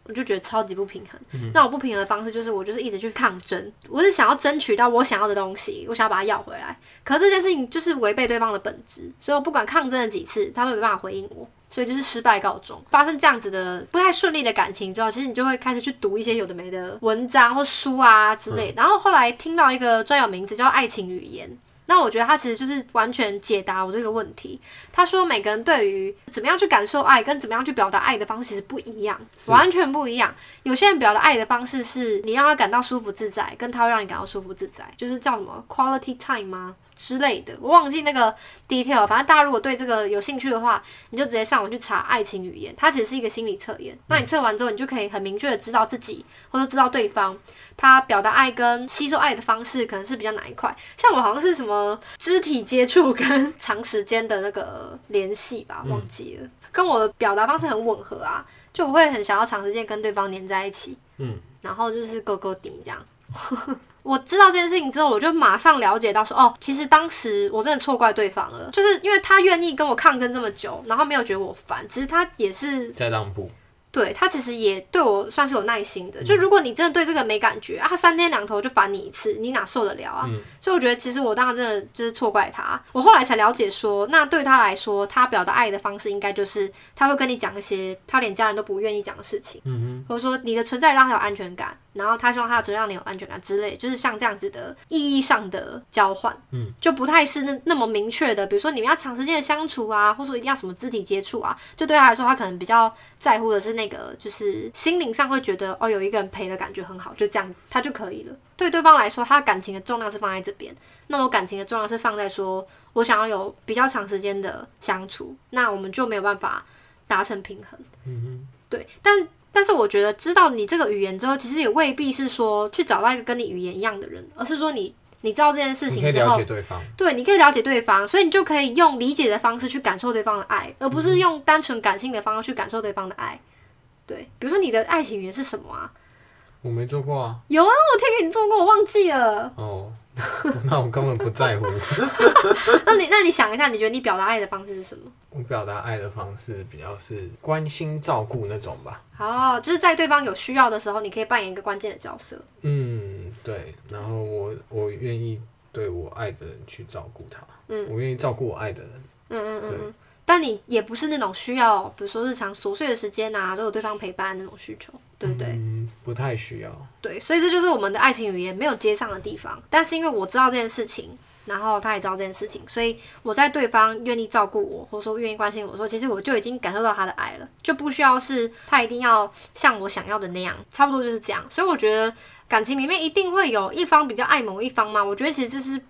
我就觉得超级不平衡。那我不平衡的方式就是，我就是一直去抗争，我是想要争取到我想要的东西，我想要把它要回来。可是这件事情就是违背对方的本质，所以我不管抗争了几次，他都没办法回应我。所以就是失败告终。发生这样子的不太顺利的感情之后，其实你就会开始去读一些有的没的文章或书啊之类。然后后来听到一个专有名词叫爱情语言。那我觉得他其实就是完全解答我这个问题。他说，每个人对于怎么样去感受爱跟怎么样去表达爱的方式其实不一样，
是
完全不一样。有些人表达爱的方式是你让他感到舒服自在，跟他会让你感到舒服自在，就是叫什么 quality time 吗之类的，我忘记那个 detail。反正大家如果对这个有兴趣的话，你就直接上网去查爱情语言，它其实是一个心理测验。那你测完之后，你就可以很明确的知道自己或者知道对方他表达爱跟吸收爱的方式可能是比较哪一块。像我好像是什么肢体接触跟 *laughs* 长时间的那个联系吧，忘记了，跟我的表达方式很吻合啊，就我会很想要长时间跟对方黏在一起，
嗯，
然后就是勾勾底这样。 *laughs* 我知道这件事情之后，我就马上了解到说，哦，其实当时我真的错怪对方了，就是因为他愿意跟我抗争这么久，然后没有觉得我烦，其实他也是
在让步，
对他其实也对我算是有耐心的，就如果你真的对这个没感觉啊，他三天两头就烦你一次，你哪受得了啊？所以我觉得其实我当时真的就是错怪他，我后来才了解说，那对他来说，他表达爱的方式应该就是他会跟你讲一些他连家人都不愿意讲的事情，
嗯
或者说你的存在让他有安全感，然后他希望他的存在让你有安全感之类，就是像这样子的意义上的交换，
嗯，
就不太是那那么明确的，比如说你们要长时间的相处啊，或者说一定要什么肢体接触啊，就对他来说，他可能比较在乎的是那个，就是心灵上会觉得哦，有一个人陪的感觉很好，就这样他就可以了。对对方来说，他感情的重量是放在这边，那我感情的重量是放在说我想要有比较长时间的相处，那我们就没有办法达成平衡。
嗯
对，但但是我觉得知道你这个语言之后，其实也未必是说去找到一个跟你语言一样的人，而是说你你知道这件事
哼，你
情
可以
之
了
后
解，对方，
对，你可以了解对方，所以你就可以用理解的方式去感受对方的爱，而不是用单纯感性的方式去感受对方的爱。对，比如说你的爱情语言是什么啊？
我没做过啊，
有啊，我贴给你做过，我忘记了。
哦， *laughs* 那我根本不在乎。
那你那你想一下，你觉得你表达爱的方式是什么？
我表达爱的方式比较是关心照顾那种吧。
哦，就是在对方有需要的时候，你可以扮演一个关键的角色。
嗯，对。然后我我愿意对我爱的人去照顾他，嗯，我愿意照顾我爱的人。
嗯嗯嗯
对
嗯。但你也不是那种需要，比如说日常琐碎的时间啊，都有对方陪伴那种需求，对不对？
嗯，不太需要。
对，所以这就是我们的爱情语言没有接上的地方。但是因为我知道这件事情，然后他也知道这件事情，所以我在对方愿意照顾我，或者说愿意关心我的时候，其实我就已经感受到他的爱了，就不需要是他一定要像我想要的那样，差不多就是这样。所以我觉得感情里面一定会有一方比较爱某一方嘛，我觉得其实这是。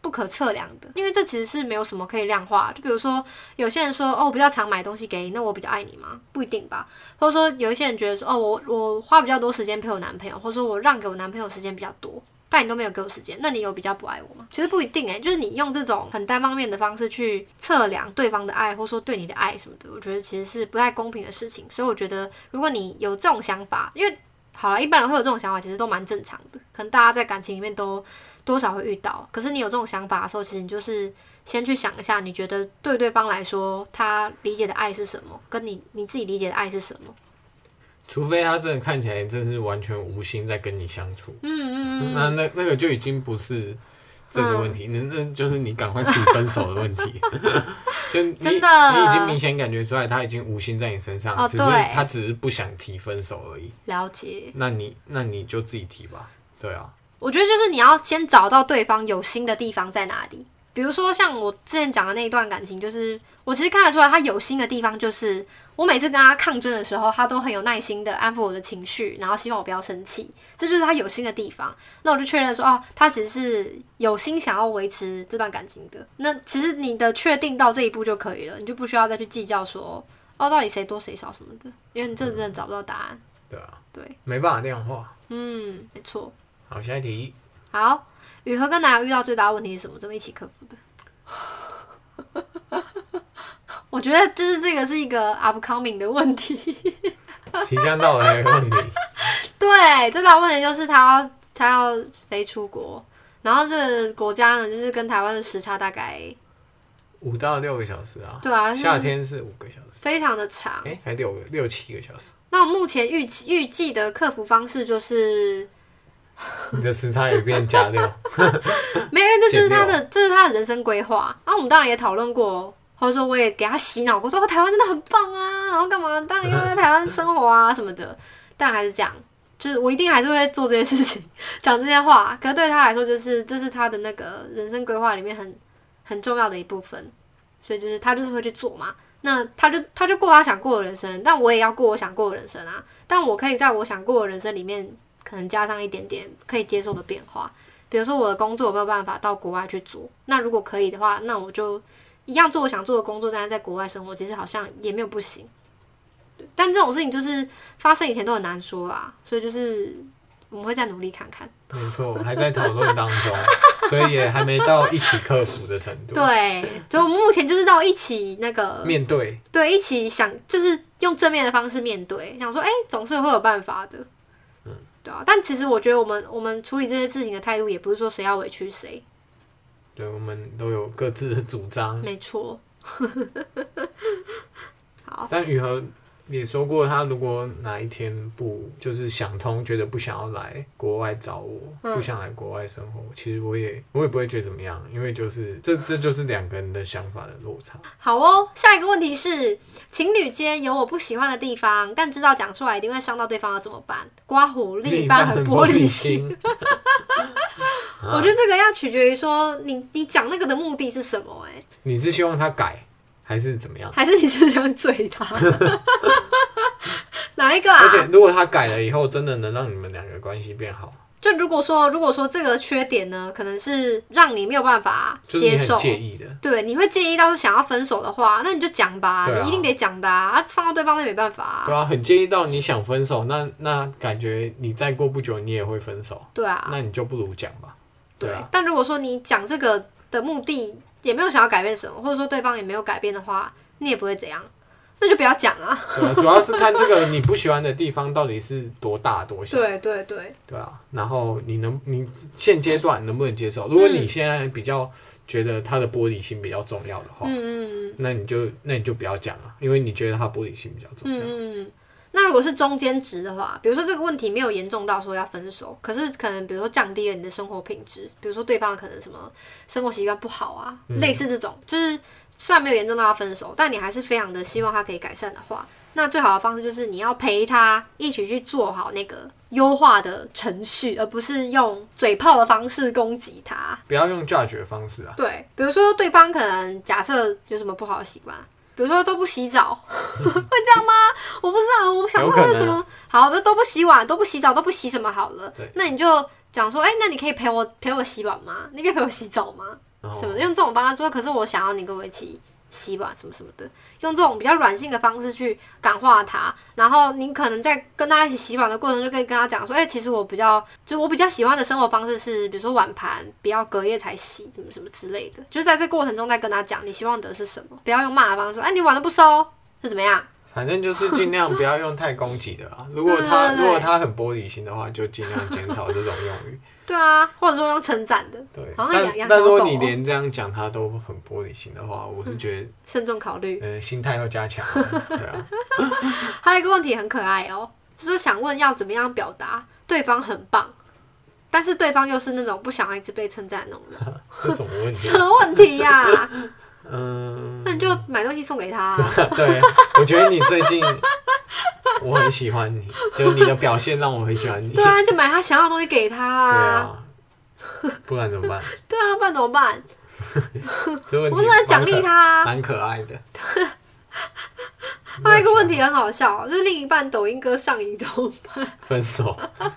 不可测量的，因为这其实是没有什么可以量化。就比如说，有些人说哦，我比较常买东西给你，那我比较爱你吗？不一定吧。或者说有一些人觉得说，哦，我我花比较多时间陪我男朋友，或者说我让给我男朋友时间比较多，但你都没有给我时间，那你有比较不爱我吗？其实不一定诶、就是你用这种很单方面的方式去测量对方的爱，或者说对你的爱什么的，我觉得其实是不太公平的事情。所以我觉得，如果你有这种想法，因为好了，一般人会有这种想法，其实都蛮正常的，可能大家在感情里面都多少会遇到。可是你有这种想法的时候，其实你就是先去想一下，你觉得对对方来说，他理解的爱是什么，跟你你自己理解的爱是什么。
除非他真的看起来真是完全无心在跟你相处，
嗯嗯嗯，
那那那个就已经不是这个问题，那、那就是你赶快提分手的问
*laughs*
题。就你
真的
你已经明显感觉出来他已经无心在你身上，
哦
只是
对
他只是不想提分手而已。
了解。
那你那你就自己提吧，对啊，
我觉得就是你要先找到对方有心的地方在哪里。比如说像我之前讲的那一段感情，就是我其实看得出来他有心的地方，就是我每次跟他抗争的时候，他都很有耐心的安抚我的情绪，然后希望我不要生气，这就是他有心的地方。那我就确认说，哦，他只是有心想要维持这段感情的。那其实你的确定到这一步就可以了，你就不需要再去计较说，哦，到底谁多谁少什么的，因为你这真的找不到答案。
对啊，
对，
没办法量化。
嗯，没错。
好，下一题，
好，雨禾跟男友遇到最大的问题是什么？怎么一起克服的？ *laughs* 我觉得就是这个是一个 upcoming 的问题。
*laughs* 即将到来的问题，
对，最大的问题就是他要他要飞出国，然后这个国家呢，就是跟台湾的时差大概
五到六个小时啊，
对啊，就是
夏天是五个小时，
非常的长。
哎、还六个六七个小时，
那我目前预计预计的克服方式就是
你的时差也变加六， *laughs*
*laughs* 没有，因为这就是他
减
啊的，这是他的人生规划。然、后我们当然也讨论过或者说我也给他洗脑过，说、哦、台湾真的很棒啊，然后干嘛，当然要在台湾生活啊什么的，但还是这样，就是我一定还是会做这些事情， *laughs* 讲这些话。可是对他来说，就是这是他的那个人生规划里面很很重要的一部分，所以就是他就是会去做嘛。那他就他就过他想过的人生，但我也要过我想过的人生啊。但我可以在我想过的人生里面，可能加上一点点可以接受的变化。比如说我的工作有没有办法到国外去做？那如果可以的话，那我就一样做我想做的工作，但是在国外生活，其实好像也没有不行。对但这种事情就是发生以前都很难说啦，所以就是我们会再努力看看。
没错，还在讨论当中，所以也还没到一起克服的程度。
对，就目前就是到一起那个
面对，
对，一起想就是用正面的方式面对，想说，哎、总是会有办法的。对啊，但其实我觉得我们我们处理这些事情的态度，也不是说谁要委屈谁，
对我们都有各自的主张。
没错。好，
但雨禾也说过，他如果哪一天不就是想通，觉得不想要来国外找我，
嗯
不想来国外生活，其实我也我也不会觉得怎么样，因为就是这这就是两个人的想法的落差。
好哦。下一个问题是，情侣间有我不喜欢的地方，但知道讲出来一定会伤到对方，要怎么办？刮胡另一半很玻璃心。
心，
*laughs* 我觉得这个要取决于说你你讲那个的目的是什么、
*laughs*
哎，
你是希望他改还是怎么样？
还是你是想嘴他？ *laughs* 哪一个啊？
而且如果他改了以后，真的能让你们两个关系变好，
就如果说，如果说这个缺点呢，可能是让你没有办法
就是你
接
很
受，
介意的。
对，你会介意到想要分手的话，那你就讲吧，
对啊
你一定得讲的啊，啊伤到对方那也没办法啊，
对啊，很介意到你想分手，那那感觉你再过不久你也会分手，
对啊，
那你就不如讲吧。对啊，
但如果说你讲这个的目的也没有想要改变什么，或者说对方也没有改变的话，你也不会怎样，那就不要讲啊。
对啊主要是看这个你不喜欢的地方到底是多大多小，
对对对，
对啊，然后你能你现阶段能不能接受？如果
嗯
你现在比较觉得他的玻璃心比较重要的话，
嗯嗯嗯
那你就那你就不要讲了，因为你觉得他玻璃心比较重要。
嗯嗯。那如果是中间值的话，比如说这个问题没有严重到说要分手，可是可能比如说降低了你的生活品质，比如说对方可能什么生活习惯不好啊，
嗯
类似这种，就是虽然没有严重到要分手，但你还是非常的希望他可以改善的话，那最好的方式就是你要陪他一起去做好那个优化的程序，而不是用嘴炮的方式攻击他。
不要用 judge 的方式啊，
对，比如说对方可能假设有什么不好的习惯，比如说都不洗澡， *laughs* 会这样吗？我不知道，我想
有
不
可
到
能啊
什么。好，比如都不洗碗，都不洗澡，都不洗什么好了
对。
那你就讲说，哎、那你可以陪我陪我洗碗吗？你可以陪我洗澡吗？
然后
什么的用这种方式说，可是我想要你跟我一起洗碗什么什么的，用这种比较软性的方式去感化他。然后你可能在跟他一起洗碗的过程，就可以跟他讲说，哎、其实我比较，就我比较喜欢的生活方式是，比如说碗盘不要隔夜才洗，什么什么之类的。就在这过程中再跟他讲你希望的是什么，不要用骂的方式说，哎、你碗都不收是怎么样？
反正就是尽量不要用太攻击的啊。如果他
对对对
如果他很玻璃心的话，就尽量减少这种用语。
对啊，或者说用称赞的，
对，
好像
但
养养
但
小
如果
狗
你
哦
连这样讲他都很玻璃心的话，我是觉得，
慎重考虑。
嗯、心态要加强啊。对啊，
还有一个问题很可爱哦，就是想问要怎么样表达对方很棒，但是对方又是那种不想要一直被称赞的那种 *laughs* 人，
这什么问题
什？么问题呀、 *laughs*
嗯，
那你就买东西送给他啊、 *laughs*
对，我觉得你最近我很喜欢你，就你的表现让我很喜欢你。
对啊，就买他想要的东西给他
对
啊。
啊，不然怎么办？
对啊，不然怎么办？
这问
我
题
们就来奖励他啊、
蛮可，蛮可爱的。
*laughs* 还有一个问题很好笑，哦就是另一半抖音歌上瘾怎么办？
分手，
*laughs*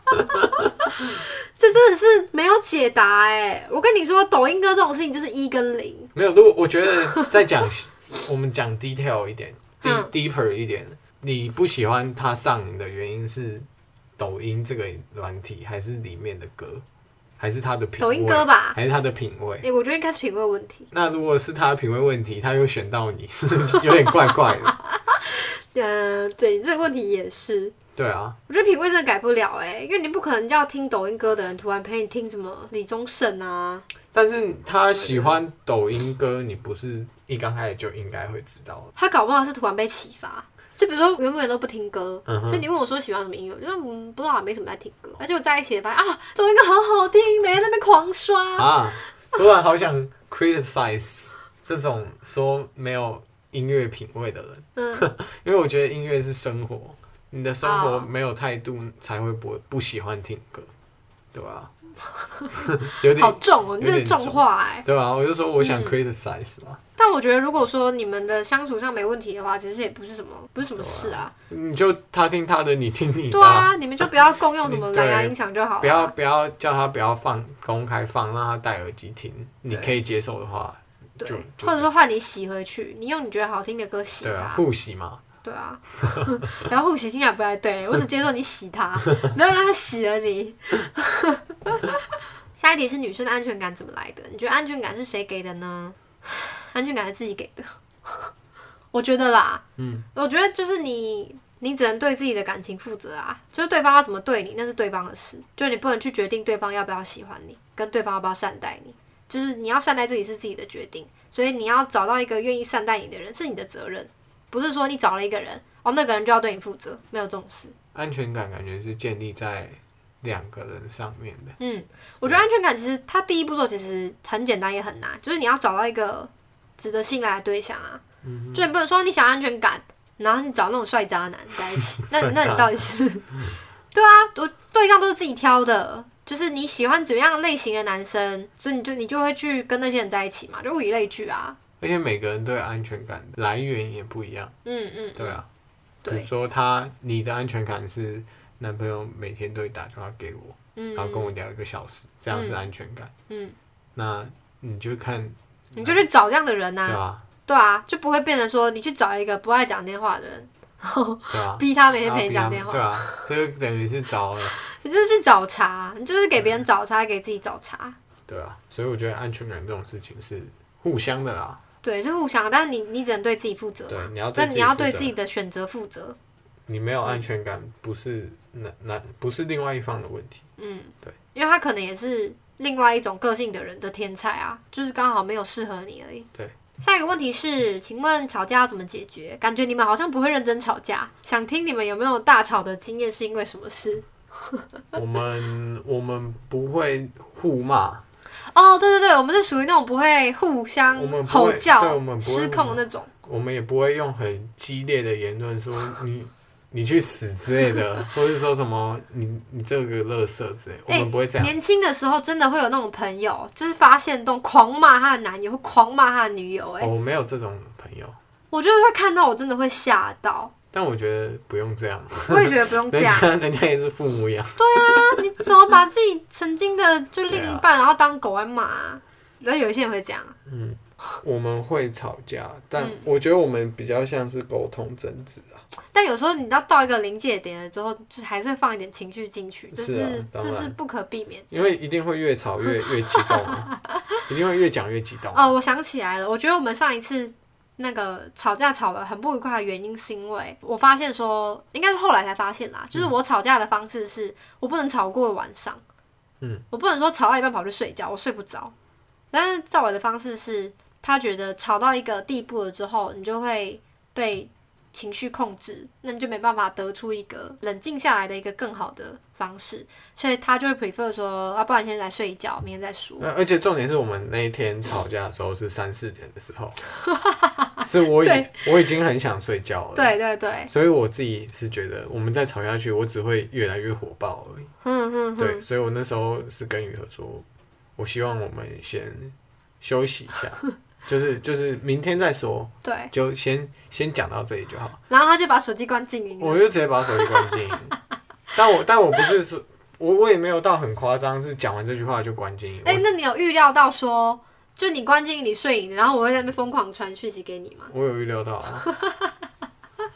这真的是没有解答哎、我跟你说，抖音歌这种事情就是一跟零。
没有，如果我觉得再
*laughs*
讲，我们讲 detail 一点
嗯
，deep deeper 一点，你不喜欢它上瘾的原因是抖音这个软体，还是里面的歌，还是它的品味？
抖音歌吧
还是它的品味
哎、？我觉得应该是品味问题。
那如果是它的品味问题，它又选到你，是不是 *laughs* 有点怪怪的？
嗯、对，这个问题也是。
对啊，
我觉得品味真的改不了哎、因为你不可能叫听抖音歌的人突然陪你听什么李宗盛啊，
但是他喜欢抖音歌，你不是一刚开始就应该会知道的。
他搞不好是突然被启发。就比如说原本都不听歌，
嗯哼
所以你问我说喜欢什么音乐，我就说嗯不知道，没什么在听歌。而且我在一起也发现啊，抖
*laughs* 啊
音歌好好听，每天在那边狂刷。
啊，突然好想 criticize 这种说没有音乐品味的人，
嗯，
*laughs* 因为我觉得音乐是生活，你的生活
哦
没有态度才会不不喜欢听歌，对
*laughs*
吧？有
好
点
重哦，你这
有
是
点
重
重
话哎、
对吧？我就说我想
嗯
criticize 啊，
但我觉得，如果说你们的相处上没问题的话，其实也不是什么，不是什么事啊。
你就他听他的，你听你的
对
啊、
啊，你们就不要共用什么
你
蓝牙
对
音响就好了。
不要不要叫他不要放公开放，让他戴耳机听，你
对
可以接受的话，就
对，
就
或者说换你洗回去，你用你觉得好听的歌洗
对啊，
它。
互洗嘛，
对啊， *laughs* 然后护洗听起来不太对，我只接受你洗它， *laughs* 没有让它洗了你。 *laughs* 下一题是女生的安全感怎么来的？你觉得安全感是谁给的呢？安全感是自己给的， *laughs* 我觉得啦，
嗯，
我觉得就是你，你只能对自己的感情负责啊，就是对方要怎么对你，那是对方的事，就你不能去决定对方要不要喜欢你，跟对方要不要善待你，就是你要善待自己是自己的决定，所以你要找到一个愿意善待你的人是你的责任，不是说你找了一个人，哦，那个人就要对你负责，没有这种事。
安全感感觉是建立在两个人上面的，，
嗯，我觉得安全感其实它第一步骤其实很简单也很难，就是你要找到一个值得信赖的对象啊。就你不能说你想安全感，然后你找那种帅渣男在一起
*laughs*
那
帅
那
渣
你到
*laughs*
底是？对啊，我对象都是自己挑的，就是你喜欢怎么样类型的男生，所以你就你就会去跟那些人在一起嘛，就物以类聚啊。
而且每个人对安全感的来源也不一样，
嗯嗯，
对啊，比如
对，
说他你的安全感是男朋友每天都会打电话给我，
嗯，
然后跟我聊一个小时，这样是
嗯
安全感，
嗯，
那你就看
你就去找这样的人
对
呐、啊，
吧？
对啊，就不会变成说你去找一个不爱讲电话的人，
对吧？
逼他
然
每天
后
陪你
逼他
讲
们
电话
对。啊，这就等于是找了
你就是去找茬，你就是给别
嗯
人找茬，给自己找茬。
对啊，所以我觉得安全感这种事情是互相的啦。
对，是互相，但是你你只能对自己负责
对，
嘛。
你要对
但
自
你
己
要
负
对
责
自己的选择负责。
你没有安全感，不是那那不是另外一方的问题。
嗯，
对，
因为他可能也是另外一种个性的人的天才啊，就是刚好没有适合你而已。
对。
下一个问题是，请问吵架要怎么解决？感觉你们好像不会认真吵架，想听你们有没有大吵的经验，是因为什么事？
我们我们不会互骂，
哦，对对对，我们是属于那种不会互相
我们不
吼
会对
叫
我们、不会
失控的那种。
我们也不会用很激烈的言论说你你去死之类的，或者说什么你你这个垃圾之类，我
哎
们不会这样。
年轻的时候真的会有那种朋友，就是发现动狂骂他的男友，或狂骂他的女友、哎、
哦我没有这种朋友，
我觉得会看到我真的会吓
*laughs*
到，
但我觉得不用这样，
我也觉得不用这
人
样，
家人家也是父母养，
*laughs* 你怎么把自己曾经的就另
对
一
啊
半，然后当狗来骂、啊？然后有一些人会这样，啊
嗯，我们会吵架，但
嗯
我觉得我们比较像是沟通争执啊。
但有时候你到到一个临界点了之后，就还是会放一点情绪进去，这
是
是
啊当
这
然
是不可避免。
因为一定会越吵越越激动
*laughs*
啊，一定会越讲越激动。
哦，我想起来了，我觉得我们上一次那个吵架吵得很不愉快的原因，是因为我发现说，应该是后来才发现啦，就是我吵架的方式是我不能吵过晚上，
嗯，
我不能说吵到一半跑去睡觉，我睡不着。但是赵伟的方式是，他觉得吵到一个地步了之后，你就会被情绪控制，那你就没办法得出一个冷静下来的一个更好的方式，所以他就会 prefer 说，啊，不然现在来睡一觉，明天再说。
那而且重点是我们那一天吵架的时候是三四点的时
*laughs*
候，是我已
对
我已经很想睡觉了。，
对对对，
所以我自己是觉得我们再吵下去，我只会越来越火爆而已。
嗯嗯嗯。
对，所以我那时候是跟雨禾说，我希望我们先休息一
*laughs*
下，就是就是明天再说，
对，
就先先讲到这里就
*laughs*
好。
然后他就把手机关静音了。
我就直接把手机关
*laughs*
静音。但我但我不是说，我我也没有到很夸张，是讲完这句话就关静音。
哎、那你有预料到说，就你关静音，你睡影，然后我会在那边疯狂传讯息给你吗？
我我有预料到、啊，
*laughs*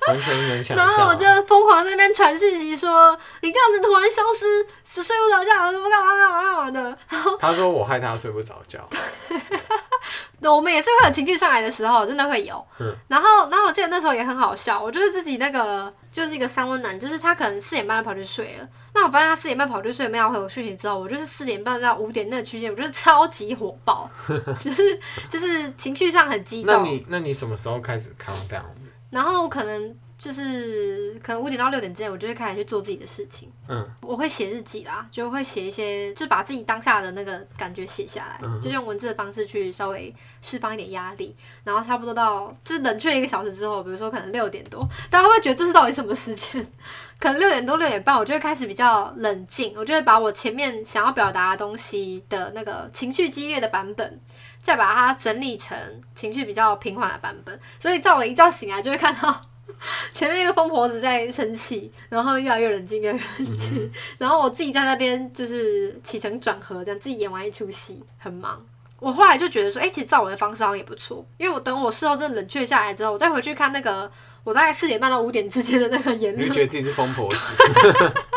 完全能想象
然
啊。
后我就疯狂在那边传讯息说，你这样子突然消失，睡不着觉，怎么干嘛干嘛干嘛的。
他说我害他睡不着觉，啊
对，我们也是会有情绪上来的时候，真的会有。
嗯
然后，然后我记得那时候也很好笑，我就是自己那个就是一个三温暖，就是他可能四点半就跑去睡了。那我发现他四点半跑去睡，没有回我讯息之后，我就是四点半到五点那个区间，我就是超级火
*laughs*
爆，就是就是情绪上很激
那
动。 *laughs*
你那你什么时候开始 count down？
然后可能就是可能五点到六点之间，我就会开始去做自己的事情。
嗯，
我会写日记啦，就会写一些，就把自己当下的那个感觉写下来，就用文字的方式去稍微释放一点压力。然后差不多到就是冷却一个小时之后，比如说可能六点多，大家会觉得这是到底什么时间？可能六点多六点半，我就会开始比较冷静，我就会把我前面想要表达的东西的那个情绪激烈的版本，再把它整理成情绪比较平缓的版本。所以在我一觉醒来，就会看到 *laughs* 前面一个疯婆子在生气，然后越来越冷静，越来越冷静，然后我自己在那边就是起承转合，这样自己演完一出戏，很忙。我后来就觉得说，哎、其实照我的方式好像也不错，因为我等我事后真的冷却下来之后，我再回去看那个我大概四点半到五点之间的那个言
你
论
就，觉得自己是疯婆子，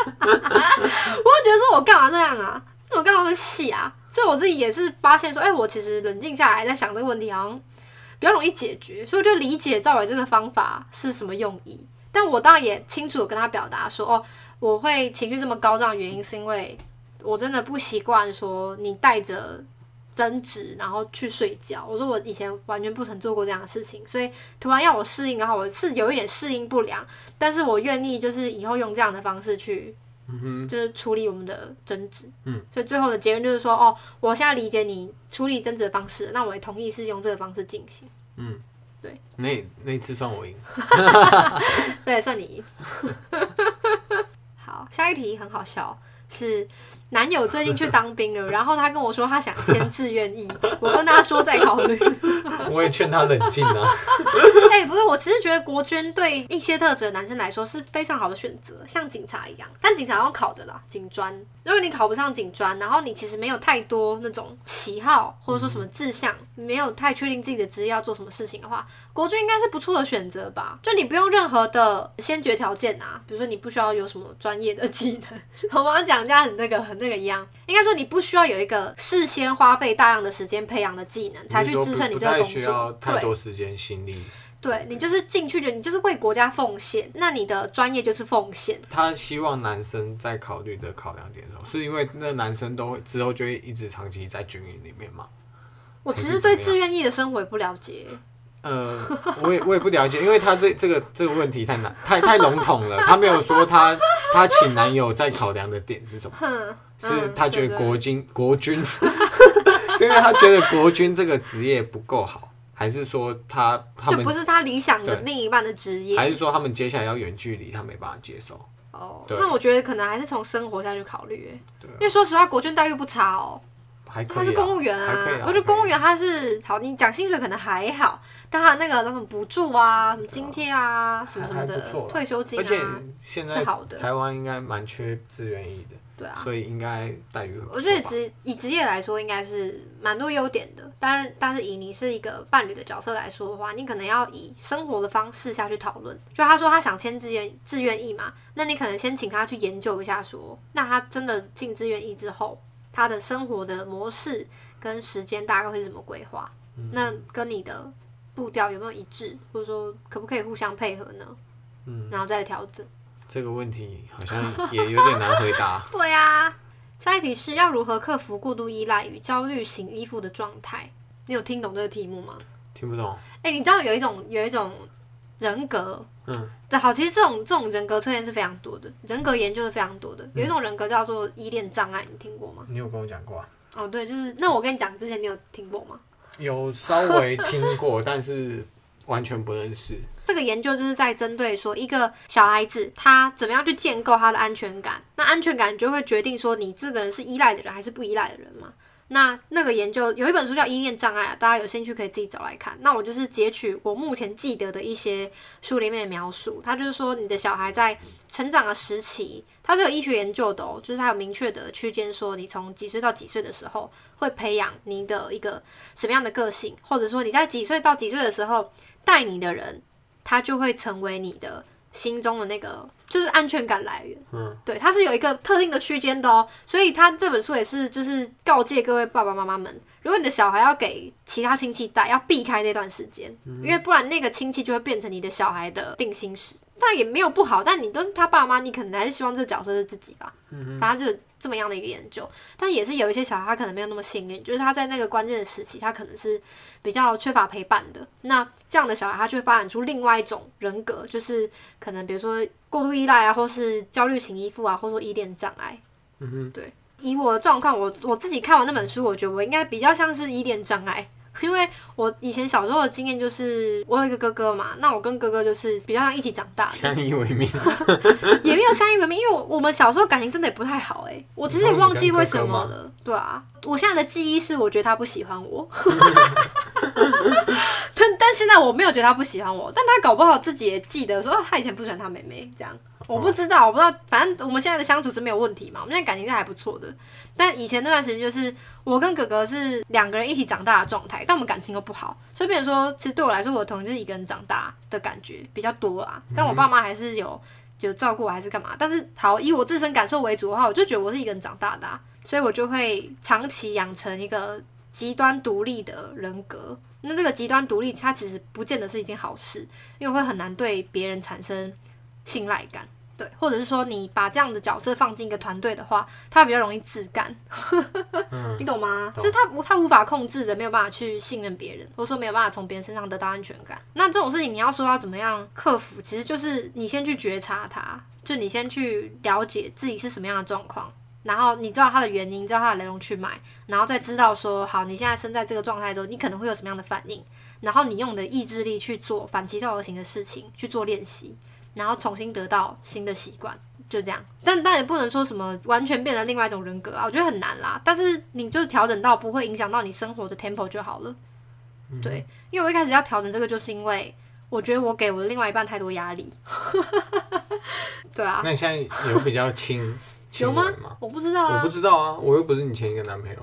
我会觉得说我干嘛那样啊？我干嘛那么细啊？所以我自己也是发现说，哎、我其实冷静下来在想这个问题，好像比较容易解决，所以我就理解赵伟这个方法是什么用意。但我当然也清楚地跟他表达说，哦，我会情绪这么高涨的原因是因为我真的不习惯说你带着争执然后去睡觉。我说我以前完全不曾做过这样的事情，所以突然要我适应的话，我是有一点适应不良，但是我愿意就是以后用这样的方式去就是处理我们的争执。
嗯，
所以最后的结论就是说，哦，我现在理解你处理争执的方式，那我也同意是用这个方式进行。
那那一次算我赢。
对，算你赢。 *laughs* 好，下一题很好笑，哦是男友最近去当兵了，然后他跟我说他想签志愿役，我跟他说再考虑。
我也劝他冷静啊。
哎、不是，我其实觉得国军对一些特质的男生来说是非常好的选择，像警察一样，但警察要考的啦，警专。如果你考不上警专，然后你其实没有太多那种喜好或者说什么志向，没有太确定自己的职业要做什么事情的话，国军应该是不错的选择吧？就你不用任何的先决条件啊，比如说你不需要有什么专业的技能， *laughs* 我刚刚讲人家很那个很那个一样，应该说你不需要有一个事先花费大量的时间培养的技能， *laughs* 才去支撑你
不
这个
太
工
需要
作。
太
对。
多时间心力。
对你就是进去就你就是为国家奉献，那你的专业就是奉献。
他希望男生在考虑的考量点是什么？是因为那男生都会之后就会一直长期在军营里面嘛？
我其实对志愿役的生活也不了解，
呃，我也我也不了解，因为他这这个这个问题太难太太笼统了，他没有说他他请男友在考量的点是什么，是他觉得
嗯对对
国军国军，是因为他觉得国军这个职业不够好，还是说他他
就
们
不是他理想的
对
另一半的职业
还是说他们接下来要远距离，他没办法接受？
哦。
对
那我觉得可能还是从生活下去考虑，欸
对啊
因为说实话，国军待遇不差哦，
还可
他
以、啊，
是公务员
还可以、啊，
我
还
觉得
可以
公务员他是好，你讲薪水可能还好，但他那个那种补助啊、什么津贴啊、什么什么
还
的
不错啦
退休金
而且
啊，
现
是
在
好的
台湾应该蛮缺志愿役的，
对啊。
所以应该待遇很不错吧
我觉得职以职业来说，应该是蛮多优点的。但是，但是以你是一个伴侣的角色来说的话，你可能要以生活的方式下去讨论。就他说他想签志愿志愿役嘛，那你可能先请他去研究一下说那他真的进志愿役之后，他的生活的模式跟时间大概会是怎么规划？那跟你的步调有没有一致，或者说可不可以互相配合呢？嗯，然后再调整。。
这个问题好像也有点难回答
对啊，下一题是要如何克服过度依赖与焦虑型依附的状态？你有听懂这个题目吗？
听不懂，
哎、你知道有一种有一种人格，
嗯，
对，好，其实这种这种人格测验是非常多的，人格研究是非常多的。有一种人格叫做依恋障碍，你听过吗？
你有跟我讲过、啊？
哦，对，就是那我跟你讲之前，你有听过吗？
有稍微听过，但是完全不认
*laughs*
识。
这个研究就是在针对说一个小孩子他怎么样去建构他的安全感，那安全感就会决定说你这个人是依赖的人还是不依赖的人嘛。那那个研究有一本书叫《依恋障碍》啊，大家有兴趣可以自己找来看。那我就是截取我目前记得的一些书里面的描述，它就是说你的小孩在成长的时期，它是有医学研究的哦，就是它有明确的区间，说你从几岁到几岁的时候会培养你的一个什么样的个性，或者说你在几岁到几岁的时候带你的人它就会成为你的心中的那个就是安全感来源。
嗯，
对，它是有一个特定的区间的哦，所以它这本书也是就是告诫各位爸爸妈妈们，如果你的小孩要给其他亲戚带，要避开这段时间，因为不然那个亲戚就会变成你的小孩的定心石。但也没有不好，但你都是他爸妈，你可能还是希望这个角色是自己吧。嗯、然后就这么样的一个研究。但也是有一些小孩他可能没有那么幸运，就是他在那个关键的时期，他可能是比较缺乏陪伴的。那这样的小孩，他就会发展出另外一种人格，就是可能比如说过度依赖啊，或是焦虑型依附啊，或者说依恋障碍。
嗯哼，
对。以我的状况，我我自己看完那本书，我觉得我应该比较像是依恋障碍， *laughs* 因为我以前小时候的经验就是，我有一个哥哥嘛，那我跟哥哥就是比较像一起长大的，
相依为命。 *laughs*
也没有相依为命，因为我我们小时候感情真的也不太好哎、我其实也忘记为什么
哦你说你
了。对啊，我现在的记忆是我觉得他不喜欢我， *laughs* 但但现在我没有觉得他不喜欢我，但他搞不好自己也记得说啊他以前不喜欢他妹妹这样，我不知道，我不知道，反正我们现在的相处是没有问题嘛，我们现在感情是还不错的。但以前那段时间就是我跟哥哥是两个人一起长大的状态，但我们感情都不好，所以变成说，其实对我来说，我的童年就是一个人长大的感觉比较多啊。但我爸妈还是有有照顾我，还是干嘛？但是好，以我自身感受为主的话，我就觉得我是一个人长大的啊、所以我就会长期养成一个极端独立的人格。那这个极端独立，它其实不见得是一件好事，因为会很难对别人产生信赖感。对，或者是说你把这样的角色放进一个团队的话，他比较容易自干，你懂吗？就是他无他无法控制的，没有办法去信任别人，或者说没有办法从别人身上得到安全感。那这种事情你要说要怎么样克服，其实就是你先去觉察它，就你先去了解自己是什么样的状况，然后你知道它的原因，知道它的来龙去脉，然后再知道说好，你现在身在这个状态中，你可能会有什么样的反应，然后你用你的意志力去做反其道而行的事情，去做练习。然后重新得到新的习惯，就这样。但但也不能说什么完全变成另外一种人格啊，我觉得很难啦。但是你就调整到不会影响到你生活的 tempo 就好了。对，因为我一开始要调整这个，就是因为我觉得我给我的另外一半太多压力。 *laughs* 对啊，
那你现在有比较轻轻
*laughs* 有
微
吗
吗？？
我不知道
我
啊
不，知道啊，我又不是你前一个男朋
*laughs*
友。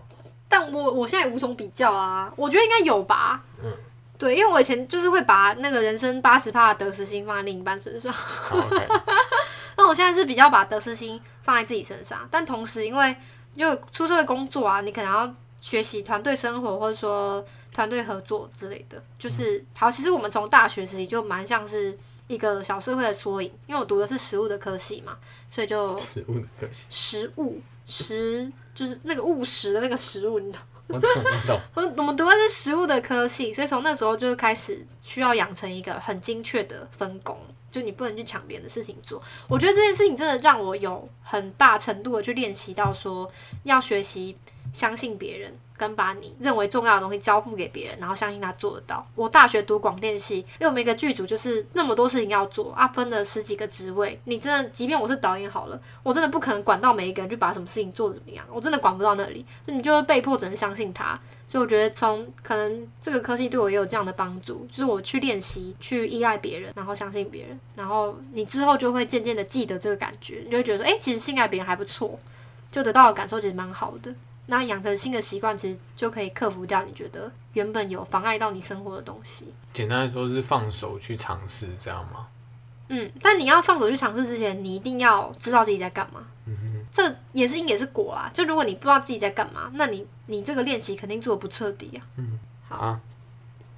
但我我现在也无从比较啊，我觉得应该有吧。嗯。对，因为我以前就是会把那个人生八十趴的得失心放在另一半身上。
好，OK，
那我现在是比较把得失心放在自己身上，但同时因为因为出社会工作啊，你可能要学习团队生活，或者说团队合作之类的。就是
嗯
好，其实我们从大学时期就蛮像是一个小社会的缩影，因为我读的是食物的科系嘛，所以就
食物的可惜，
食物食就是那个务实的那个食物，你懂。
我懂，我懂。
我我们读的是食物的科系，所以从那时候就是开始需要养成一个很精确的分工，就你不能去抢别人的事情做。我觉得这件事情真的让我有很大程度的去练习到说，要学习相信别人，跟把你认为重要的东西交付给别人，然后相信他做得到。我大学读广电系，因为我们一个剧组就是那么多事情要做啊，分了十几个职位，你真的，即便我是导演好了，我真的不可能管到每一个人去把什么事情做得怎么样，我真的管不到那里，所以你就会被迫只能相信他。所以我觉得从可能这个科技对我也有这样的帮助，就是我去练习去依赖别人，然后相信别人，然后你之后就会渐渐的记得这个感觉，你就会觉得说，哎、其实信赖别人还不错，就得到的感受其实蛮好的。那养成新的习惯，其实就可以克服掉你觉得原本有妨碍到你生活的东西。
简单来说是放手去尝试，这样吗？
嗯，但你要放手去尝试之前，你一定要知道自己在干嘛。这也是因也是果啊。就如果你不知道自己在干嘛，那你你这个练习肯定做的不彻底啊。好
啊，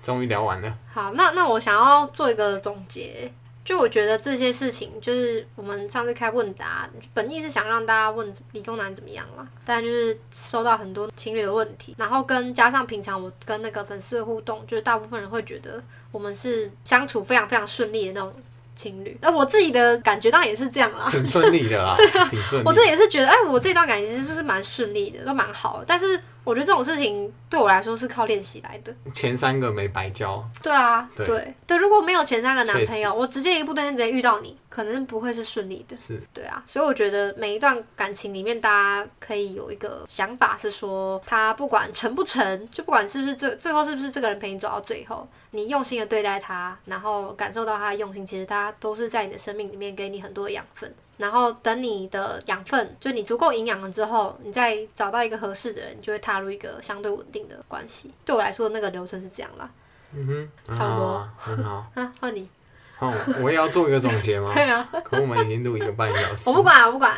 终于聊完了。
好，那那我想要做一个总结，就我觉得这些事情，就是我们上次开问答，本意是想让大家问理工男怎么样啦，但就是收到很多情侣的问题，然后跟加上平常我跟那个粉丝的互动，就是大部分人会觉得我们是相处非常非常顺利的那种情侣，那我自己的感觉当然也是这样啦，
挺顺利
*laughs*
的啦，挺顺
我
利
这。也是觉得，哎，我这段感情其实是蛮顺利的，都蛮好的，但是我觉得这种事情对我来说是靠练习来的。
前三个没白交，
对啊，
对
对对，如果没有前三个男
确
朋
实
友，我直接一步登天直接遇到你，可能不会是顺利的。
是
对啊，所以我觉得每一段感情里面，大家可以有一个想法是说，他不管成不成，就不管是不是最最后是不是这个人陪你走到最后，你用心的对待他，然后感受到他的用心，其实他都是在你的生命里面给你很多的养分。然后等你的养分，就你足够营养了之后，你再找到一个合适的人，你就会踏入一个相对稳定的关系。对我来说，那个流程是这样啦。
嗯哼，
差不多
啊，很好。
啊，换你。
好，我也要做一个总结吗？
*laughs* 对啊，
可我们已经录一个半小时
我。不管啊，我不管。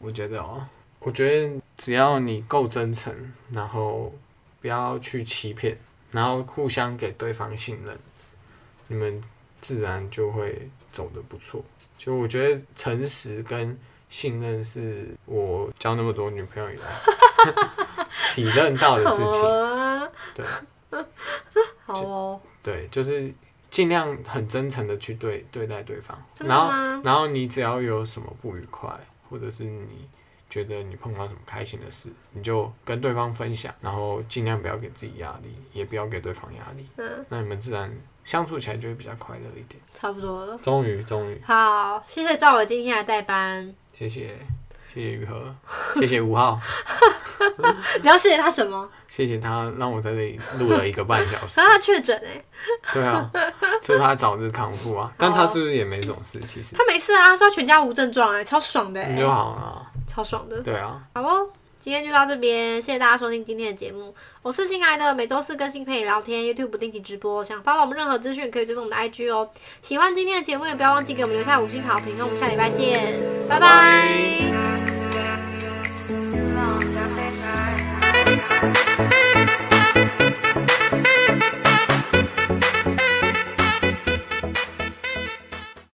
我觉得哦，我觉得只要你够真诚，然后不要去欺骗，然后互相给对方信任，你们自然就会走得不错。就我觉得诚实跟信任是我交那么多女朋友以来 *laughs* 体认到的事
*laughs* 好
情。
啊，
对，
好哦，
对，就是尽量很真诚的去对对待对方。
真的
然后，
吗？
然后你只要有什么不愉快，或者是你觉得你碰到什么开心的事，你就跟对方分享，然后尽量不要给自己压力，也不要给对方压力。
嗯，
那你们自然相处起来就会比较快乐一点。
差不多了。
终于，终于，
好，谢谢赵伟今天的代班。
谢谢，谢谢雨禾，谢谢五号， *laughs*
你要谢谢他什么？
谢谢他让我在这里录了一个半小时 *laughs*
可是。他确诊哎，
对啊，祝他早日康复啊！但他是不是也没什么事？其实
他没事啊，他说他全家无症状哎、超爽的哎、
你就好了啊。
超爽的。
对啊，
好哦，今天就到这边，谢谢大家收听今天的节目。我是新来的，每周四更新陪你聊天，YouTube 不定期直播。想发 o 我们任何资讯，可以追踪我们的 IG 哦。喜欢今天的节目，也不要忘记给我们留下五星好评哦。我们下礼拜见，拜拜